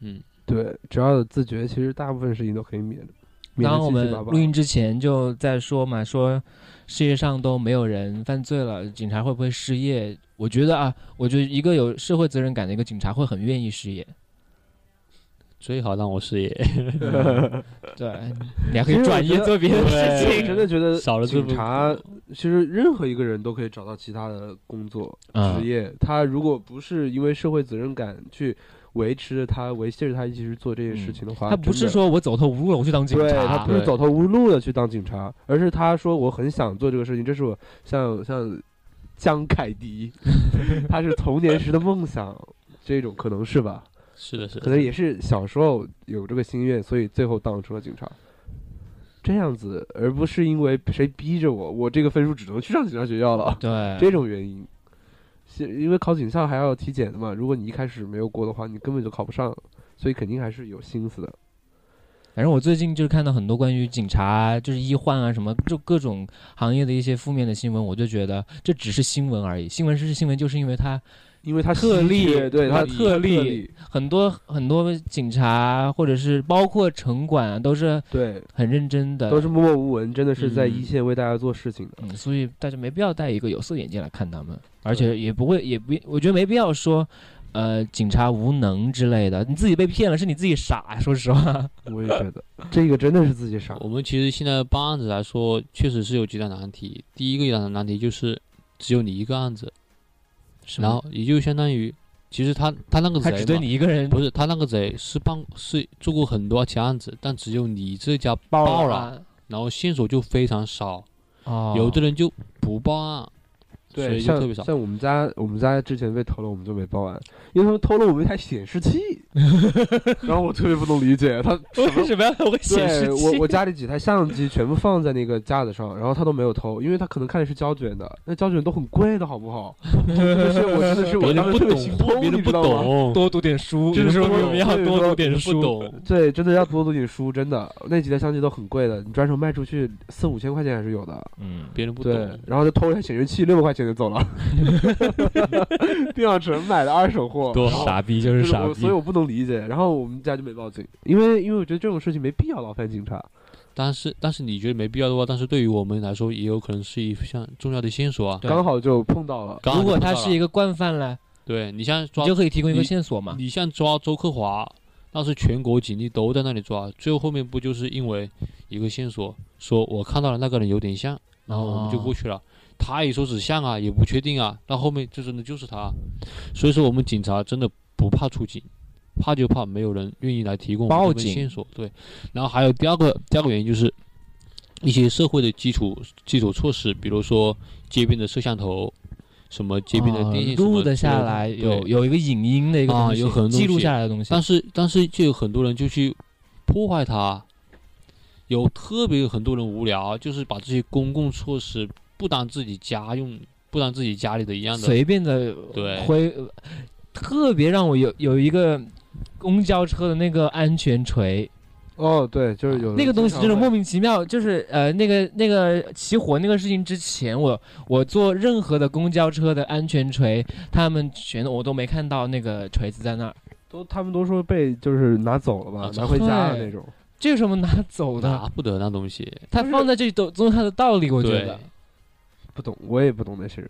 嗯，
对，只要有自觉，其实大部分事情都可以免的。免
刚
得
刚我
七
们
七八八
录音之前就在说嘛，说世界上都没有人犯罪了，警察会不会失业？我觉得啊，我觉得一个有社会责任感的一个警察会很愿意失业。
最好让我 失业。
对， 你还可
其
以
实我
转
觉
业
得
做别的事
我
情。
真的觉得
少了这
警
份
察，其实任何一个人都可以找到其他的工作、
嗯
职业。他如果不是因为社会责任感去维持着他、维系着他一起去做这些事情的话，
嗯他不
真
是
的
说我走投无路了，我去 当警
对
察。
他不是
对
走投无路的去当警察，而是他说我很想做这个事情，这是我像 像江凯 迪，他是童年时的梦想，这种可能 是吧？
是的，是的，
可能也是小时候有这个心愿，所以最后当成了警察。这样子，而不是因为谁逼着我，我这个分数只能去上警察学校 了，
对，
这种原因。是因为考警校还要体检的嘛，如果你一开始没有过的话，你根本就考不上，所以肯定还是有心思的。
反正我最近就是看到很多关于警察就是医患啊什么，就各种行业的一些负面的新闻，我就觉得这只是新闻而已。新闻是新闻，就是因为它
因为他
特
稀
例
缺对
特
他
特例
例，
很多很多警察或者是包括城管啊，都是
对，
很认真的，
都是默默无闻，真的是在
嗯
一线为大家做事情的。
嗯，所以大家没必要戴一个有色眼镜来看他们，而且也不会也不，我觉得没必要说。呃，警察无能之类的，你自己被骗了，是你自己傻。说实 话，
我也觉得这个真的是自己傻
我，们其实现在办案子来说，确实是有几大难题。第一个大难题就是只有你一个案子，
是吗
然后也就相当于，其实他他那个
他
贼
只
嘛
对你一个人
不是他那个贼是办是做过很多起案子，但只有你这家
报啊
报了，然后线索就非常少，
哦，
有的人就不报案，所
对，
以就特
像
别少。
像我们家，我们家之前被偷了，我们就没报案，因为他们偷了我们一台显示器，然后我特别不能理解，他
为什么要我显示
对
器？
我我家里几台相机全部放在那个架子上，然后他都没有偷，因为他可能看的是胶卷的，那胶卷都很贵的好不好？真的是我真的是我
别
当时
人不
特别
懂
心痛，，
别
你
人
知
不
道吗？
懂，
多读点书，
就是
有时候
多
有必要
就是
多
说
读点
人不
书。
懂，
对，真的要多读点书，真的，那几台相机都很贵的，你转手卖出去四五千块钱还是有的。
嗯，
别人不
对
懂，，
然后就偷一台显示器，六百块钱就走了。 电脑城买的二手货，
多
然后
傻逼就
就是是
傻
我，
逼
所以。我不能理解。然后我们家就没报警，因为因为我觉得这种事情没必要劳烦警察。
但是但是你觉得没必要的话，但是对于我们来说，也有可能是一项重要的线索啊。
对
刚好就碰到了，
刚好
如果
就碰
他
到
是
了
一个惯犯呢，
对你像抓
你就可以提供一个
你
线索嘛。啊
你像抓周克华，那是全国警力都在那里抓，最后后面不就是因为一个线索，说我看到了那个人有点像，然后我们就
哦
过去了。他也说指向啊，也不确定啊，到后面就真的就是他。所以说我们警察真的不怕出警，怕就怕没有人愿意来提供我们
报
这份
警
线索。对，然后还有第二个第二个原因就是一些社会的基础基础措施，比如说街边的摄像头，什么街边的电线什么
哦录
之类
得
的
下来，有
对
有一个影音的一个
啊
东西，
有很多
记录
东西啊
下来的东西。
但是但是就有很多人就去破坏它，有特别有很多人无聊，就是把这些公共措施不当自己家用，不当自己家里的一样的。
随便的
对
挥，特别让我有有一个公交车的那个安全锤，
哦，对，就是有
啊那个东西真的莫
名。
名其妙，就是呃那个那个起火那个事情之前，我我坐任何的公交车的安全锤，他们全我都没看到那个锤子在那儿，
都他们都说被就是拿走了吧
啊，
拿回家了
对
那种。
这有什么拿走的？
拿不得那东西，
它放在这里都总有它的道理，我觉
对
得。，
不懂，我也不懂那些人。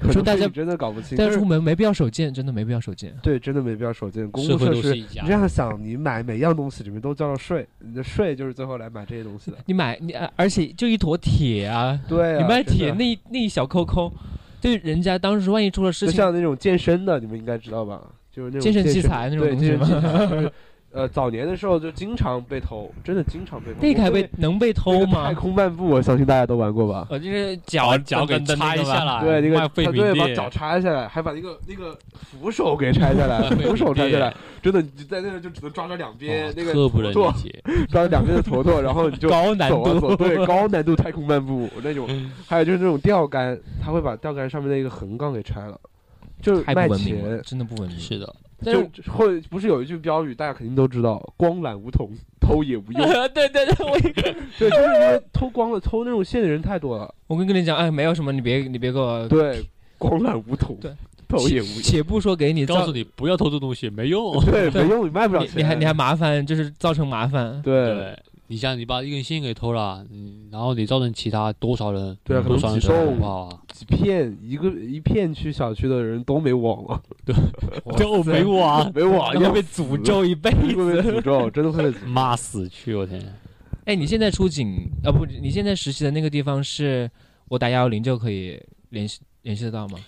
可
说
能
大
是
家
你真的搞不清，
但
但
是出
是
门没必要手贱，真的没必要手贱。。
对，真的没必要手贱。公
社
共
会
设
都是
施，
一
你
家
这。样想，你买每样东西里面都交了税，你的税就是最后来买这些东西的
你买你，呃而且就一坨铁啊，
对啊，
你卖
真的
铁那一那一小抠抠，对人家当时万一出了事
就
情，
像那种健身的，你们应该知道吧？就是那种
健身
身
器材那种
对
东西
健身器
吗
材 就是呃，早年的时候就经常被偷，真的经常被偷。
那个还
我对
被能被
那
偷
个
吗
太？空漫步，我相信大家都玩过吧？
我就是
把
脚
脚给拆下，
哎
对，
来，
那
卖
个
废
他
品
对把
店
脚插下来，还把那个那个扶手给拆 下来
废，品
扶手拆下来
店，
真的你就在那儿就只能抓着两边
哦
那个嗯
特不
坨
能
坨
理，解。
抓着两边的坨坨，然后你就
高难
走啊走，
度。嗯
对，高难度太空漫步那种，还有就是那种钓竿，他会把钓竿上面的一个横杠给拆了，就 是
太
卖
不文明了，
钱，
真的不文明。
是的，
但是
就会不是有一句标语，大家肯定都知道，光揽梧 桐，偷也无 用。
对对对，我也
对，就是因为偷光了，偷那种线的人太多了。
我跟跟你讲，哎，没有什么，你别你别给我。
对，光揽梧桐，
对，
偷
且
也无用。
且不说给你
告
造
诉，你不要偷这东西，没用。
对，
对
没用，你卖不了
你
钱。
你还你还麻烦，就是造成麻烦。
对
对，你像你把一根线给偷了，嗯，然后你造成其他多少人，
对啊可能
多少人
几
受
栋
不好啊，
几片一个一片区小区的人都没网了，
都没完，
没 网
要
要
被
死
诅，咒一辈
会被
子。
诅咒，真的会 被诅咒。
骂死去，我天！
哎，你现在出警啊？不，你现在实习的那个地方是，我打幺幺零就可以联系联系得到吗？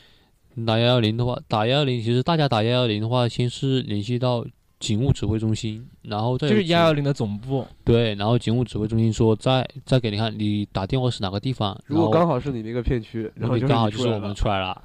打幺幺零的话，打幺幺零，其实大家打幺幺零的话，先是联系到警务指挥中心，然后再
就
有
是
警
幺幺零的总部。
对，然后警务指挥中心说再再给你看，你打电话是哪个地方，
如果
然
刚
后
好是你那个片区，然后
你
就
刚好
你
就
出
是
来
我们
了
出来了，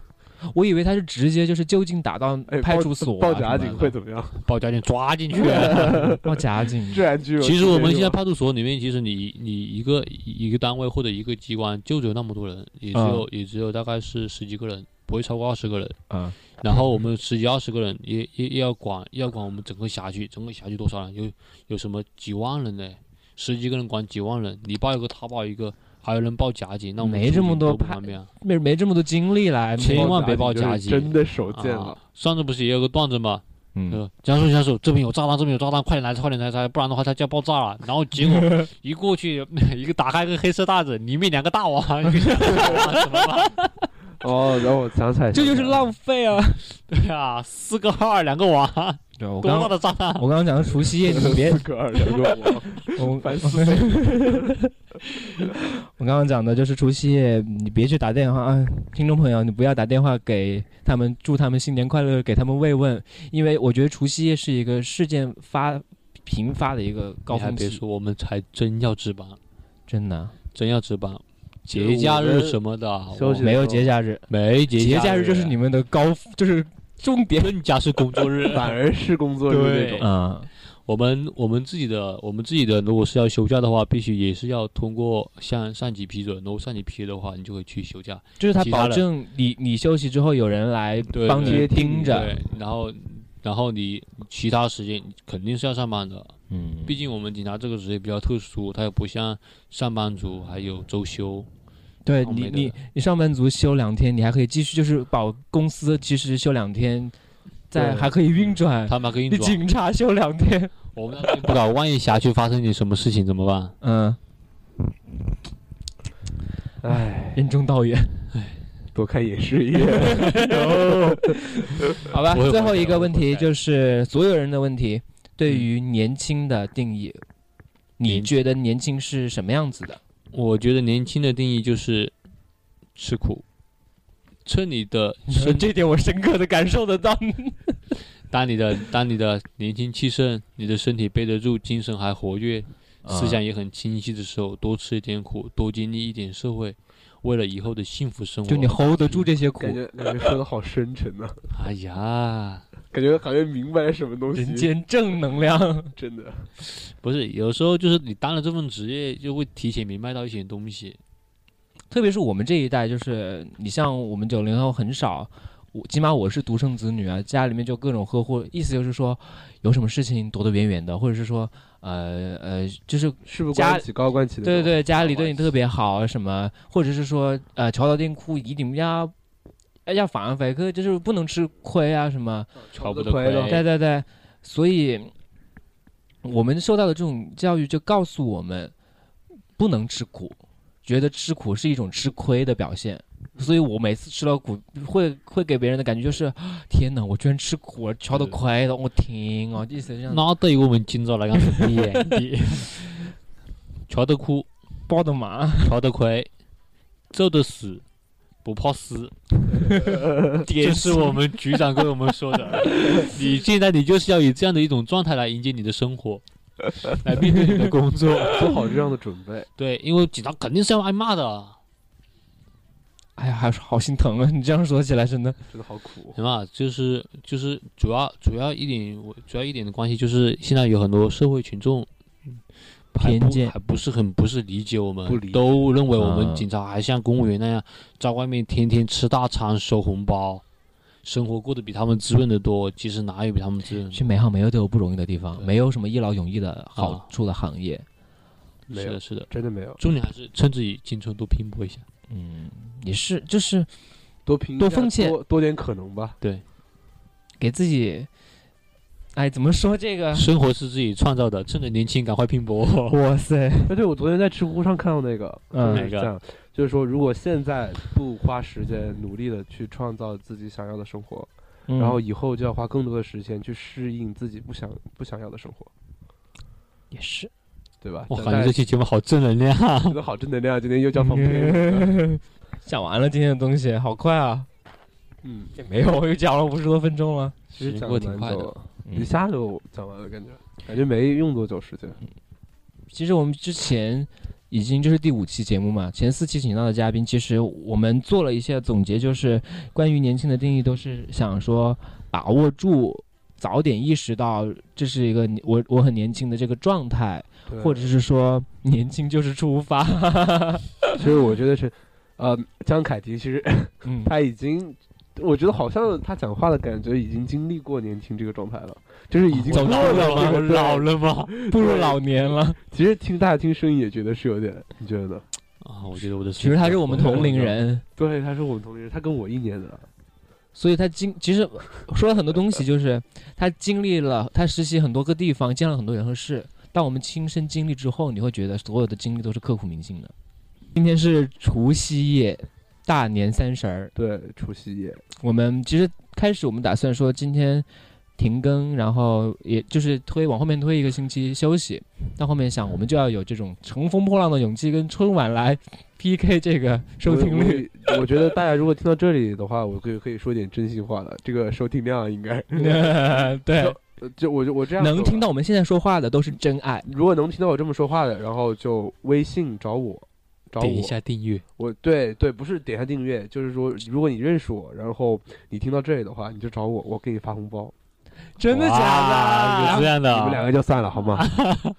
我以为他是直接就是就近打到
哎
派
报
出所、啊
报
什么
假警
的
会怎么样？
把我家警抓进去。
报假警。
治安局有
其实
特别
我们现在
用
派出所里面，其实你你一个一个单位或者一个机关就只有那么多人，也只
嗯
有、也只有大概是十几个人，不会超过二十个人。
啊，
然后我们十几二十个人也也也要管也要管我们整个辖区，整个辖区多少人？有有什么几万人呢？十几个人管几万人，你报一个他报一个，还有人报假警，那我们
没这么多
派
派。没没这么多精力来。
千
没
万
假
别报
就是
假警
真的手贱了
啊。，上次不是也有个段子吗？
嗯，
呃，江叔江叔，这边有炸弹，这边有炸弹，快点来，快点来拆，不然的话它就要爆炸了。然后 结果一过去， 一个打开一个黑色袋子，里面两个大王， 一个小王怎么办？
哦，然后我想起来，
这就是
浪。
浪费啊！
对啊，四个二，两个王，
对，我
多
刚
大的炸弹？
我刚刚讲的除夕夜， 你别
四个 二两个我，
我
烦
我刚刚讲的就是除夕夜，你别去打电话啊，听众朋友，你不要打电话给他们祝他们新年快乐，给他们慰问，因为我觉得除夕夜是一个事件发频发的一个高
你还
峰
别
期，
说，我们才真要值班，
真的啊
真要值班，
是
节假
我
日
们
什么的
休息的
没有
时候。
节假日，
没节
节假
日啊
日就是你，们的高，就是重点
更加是工作日
反而是工作日那
对
种。
啊，
我们我们自己的我们自己的，如果是要休假的话，必须也是要通过向上级批准，如果上级批的话，你就可以去休假。
就是他
其他
保
的
证你你休息之后有人来
对
帮你
对
盯着，
对，然后然后你其他时间你肯定是要上班的，
嗯，
毕竟我们警察这个职业比较特殊，它又不像上班族还有周休。
对
倒
你
霉的
你你上班族休两天，你还可以继续就是保公司其实休两天，在
对
还可以运转，
嗯他们可以
你
转，
警察休两 天，
我们那边不搞，万一辖区发生点什么事情怎么办？
嗯，
唉，
任重 道远，
多看影 视业。
好吧
不会。
最
不
后
会
一个
不会
问
不
题
会
就是所有人的问题，对于年轻的定义，你
年
觉得年轻是什么样子的？
我觉得年轻的定义就是吃苦，趁你 的
你说
身
这点我深刻的感受得到。
当你的当你的年轻气盛，你的身体背得住，精神还活跃，
啊
思想也很清晰的时候，多吃一点苦，多经历一点社会，为了以后的幸福生活。
就你 hold 得住这些苦
感，觉感觉说的好深沉呐、
哎呀，
感觉好像明白了什么东
人
西，
间正能量。
真的。
不是，有时候就是你当了这份职业，就会提前明白到一些东西。
特别是我们这一代，就是你像我们九零后很少，我起码我是独生子女啊，家里面就各种呵护，意思就是说有什么事情躲得远远的，或者是说呃呃，就是
事不
家
关己高关起的。
对对，对，家里
好
对你特别好，什么，或者是说呃桥头店库一定要哎要反反克，就是不能吃亏啊什么，
瞧
不
不得
得
亏
亏
了
了。
对对对，所以我们受到的这种教育就告诉我们不能吃苦，觉得吃苦是一种吃亏的表现。所以我每次吃了苦，会会给别人的感觉就是，天哪，我居然吃苦了，吃的亏了，我天啊，意思是这样，
那对于我们今朝来讲是不一样 的。瞧得苦，
包的嘛，
瞧得亏，揍得死，不怕死。这是我们局长跟我们说的。你现在你就是要以这样的一种状态来迎接你的生活，来面对你的工作。
做好这样的准备。
对，因为警察肯定是要挨骂的，啊
哎呀，还是好心疼啊！你这样说起来，真的，
真的好苦。
什么就是就是主要主要一点我主要一点的关系就是现在有很多社会群众还不
偏见
还不是很不是理解我们
不理，解
都认为我们
嗯
警察还像公务员那样在外面天天吃大餐收红包，生活过得比他们滋润的多。其实哪有比他们滋润的多？
去美好没有都有不容易的地方，
对
没有什么一劳永逸的
啊
好处的行业，
没
是
有
的，，是的。
真的没有。
重点还是趁自己青春多拼搏一下。
嗯，也是，就是
多拼一
多
下
奉献
多多点可能吧。
给自己，哎，怎么说这个？
生活是自己创造的，趁着年轻赶快拼搏。
哇塞，
哎，对，我昨天在知乎上看到那个，
嗯
就是
哪个
这样，就是说，如果现在不花时间努力的去创造自己想要的生活，然后
嗯
以后就要花更多的时间去适应自己不想不想要的生活，
也是，
对吧？
我
但
感觉这期节目好正能量。啊
真的好正能量，今天又叫访篇。
讲完了今天的东西，好快啊！
嗯，
也 没有，又讲了五十多分钟了。
其实
时间
讲
过
的
得挺
蛮
快的
久，
嗯
一下就讲完了，感觉感觉没用多久时间。
其实我们之前已经就是第五期节目嘛，前四期请到的嘉宾，其实我们做了一些总结，就是关于年轻的定义，都是想说把握住，早点意识到这是一个你我我很年轻的这个状态，
对
嗯或者是说年轻就是出发。
其实我觉得是，呃，江凯迪其实
嗯，
他已经，我觉得好像他讲话的感觉已经经历过年轻这个状态了，就是已经
走
过
老了吗
了这
我
个对
哦老了吗？
步入老年了。
其实听大家听声音也觉得是有点，你觉得呢？
啊，我觉得我的
其实他是我们同龄人。
对，他是我们同龄人，他跟我一年的，
所以他经其实说了很多东西，就是他经历了，他实习很多个地方，见了很多人和事。当我们亲身经历之后，你会觉得所有的经历都是刻骨铭心的。今天是除夕夜，大年三十儿，
对，除夕夜，
我们其实开始我们打算说今天停更，然后也就是推往后面推一个星期休息。但后面想，我们就要有这种乘风破浪的勇气，跟春晚来 PK 这个收听率。
我。我我觉得大家如果听到这里的话，我可以可以说点真心话了，这个收听量应该，
对，
呃就我就我这样
能
说
听
吧。
到我们现在说话的都是真爱。
如果能听到我这么说话的，然后就微信找我，找我
点一下订阅，
我对对，不是点下订阅，就是说，如果你认识我，然后你听到这里的话，你就找我，我给你发红包。
真的
哇
假
有
的？
这样的啊？
你们两个就散了好吗？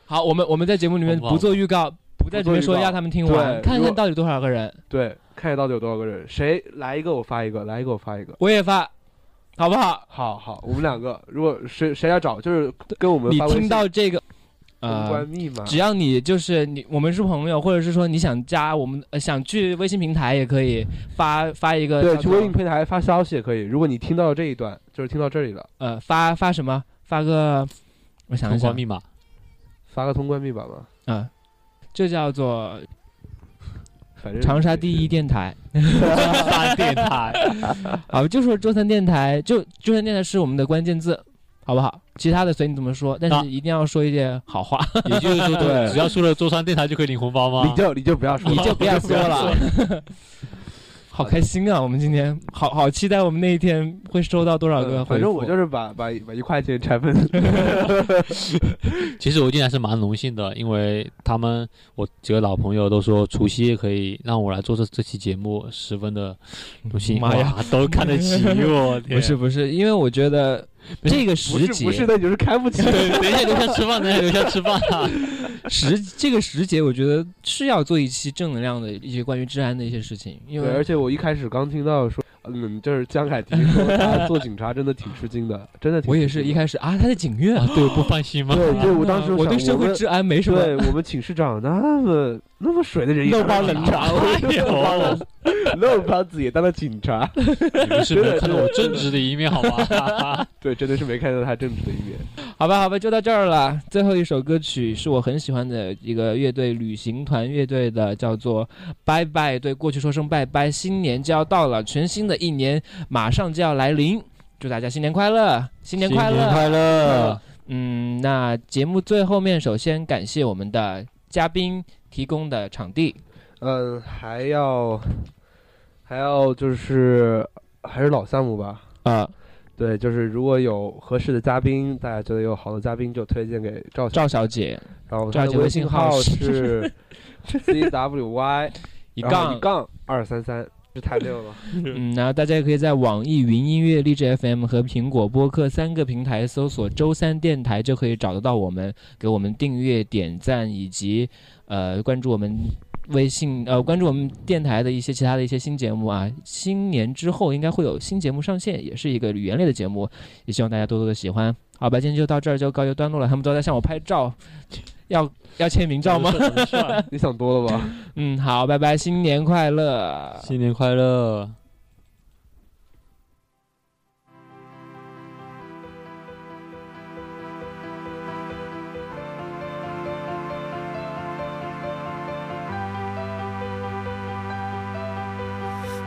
好，我们我们在节目里面
好不好
不做预告，不在这边说
不做预告
让他们听完，
对
看
如
看
果
到底多少个人，
对，看得到底有多少个人，谁来一个我发一个，来一个我发一个。
我也发，好不好？
好好，我们两个，如果谁谁要找，就是跟我们
你
发微
听
信
到这个，
公
呃
关，密码，
只要你就是你，我们是朋友，或者是说你想加我们，呃想去微信平台也可以发呃发一个，
对，去微信，平台发消息也可以。如果你听到这一段，就是听到这里了，
呃，发发什么？发个，我想
通
一
关
想，
密码，
发个通关密码吧。
啊，这叫做
反正
长沙第 一，电台。
三电台，
好，就说周三电台，就周三电台是我们的关键字，好不好？其他的随你怎么说，但
啊
是一定要说一点好 话，
也就是说，
对
只要说了周三电台就可以领红包 吗
你？就你就不要说，
你就不要说了。 好开心啊！我们今天好好期待我们那一天会收到多少个回
嗯
复。
反正我就是把把把一块钱 拆分。
其实我今天还是蛮荣幸的，因为他们我几个老朋友都说除夕可以让我来做这这期节目，十分的荣幸。
妈呀
哇，都看得起我，
不
天
是不是，因为我觉得
不是
这个
不
时
是
节
不是的，就是开不起。
对，等一下留下吃饭，等一下留下吃饭啊！
时这个时节，我觉得是要做一期正能量的一些关于治安的一些事情，因
对，而
为
且我一开始刚听到说，嗯，就是江凯迪说 他做警察真的挺吃惊的，真的挺吃惊的。
我也是一开始啊，他在警院，
啊，对，我不放心吗？
对对，我当时
啊我对
想
社会
们
治安没什么
对我们寝室长那么那么水的人，
肉包冷哎
茶， 肉包子也当了警察，
你们是没有看到我正直的一面，好吗？
对，真的是没看到他正直的一面。
好吧，好吧，就到这儿了。最后一首歌曲是我很喜欢的一个乐队——旅行团乐队的，叫做《拜拜》，对过去说声拜拜。新年就要到了，全新的一年马上就要来临，祝大家新年快乐，新年快乐，
新年快
乐。嗯，那节目最后面，首先感谢我们的嘉宾提供的场地。
嗯，还要还要就是还是老项目吧。
啊，
对，就是如果有合适的嘉宾，大家觉得有好的嘉宾就推荐给赵小
赵小姐
然后
赵
他
姐
的
微
微
信
信
号
号
是
是 c w y
一
然后
杠
一杠二三三，是太溜 了。
嗯，然后大家也可以在网易云音乐、荔枝 FM 和苹果播客三个平台搜索“周三电台”，就可以找得到我们，给我们订阅、点赞以及呃关注我们微信呃关注我们电台的一些其他的一些新节目啊。新年之后应该会有新节目上线，也是一个语言类的节目，也希望大家多多的喜欢。好吧，今天就到这儿就告一个段落了。他们都在向我拍照，要要签名照吗？
很帅
你想多了吧？
嗯，好，拜拜，新年快乐。
新年快乐！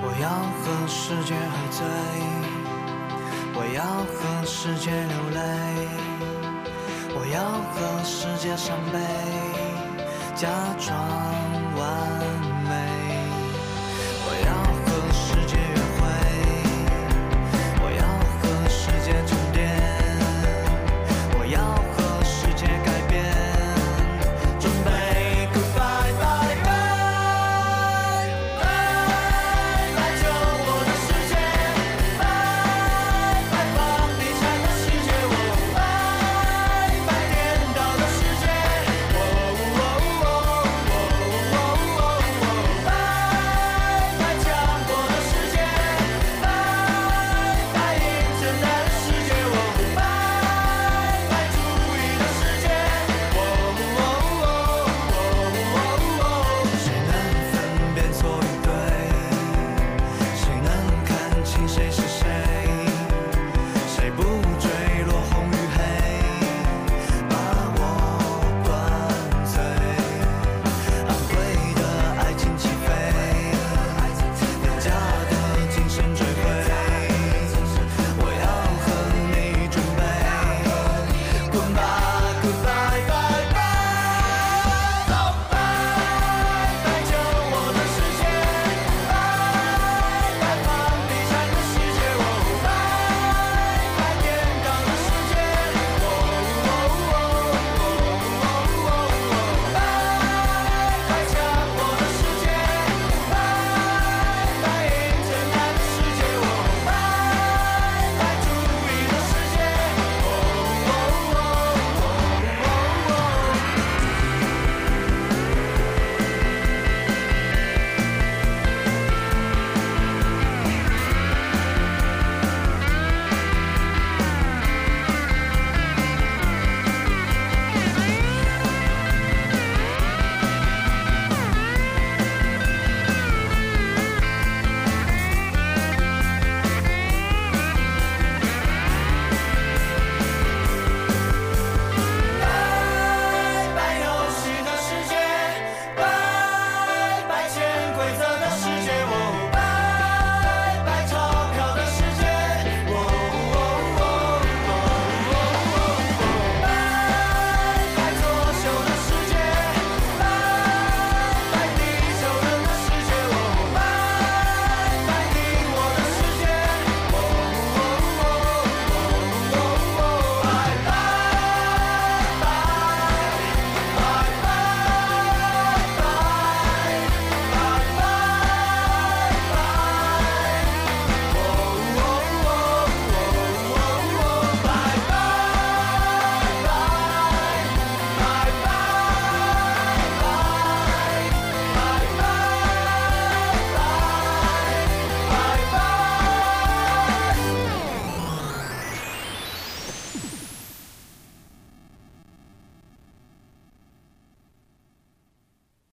我要和世界喝醉，我要和世界流泪，我要和世界伤悲，假装完美。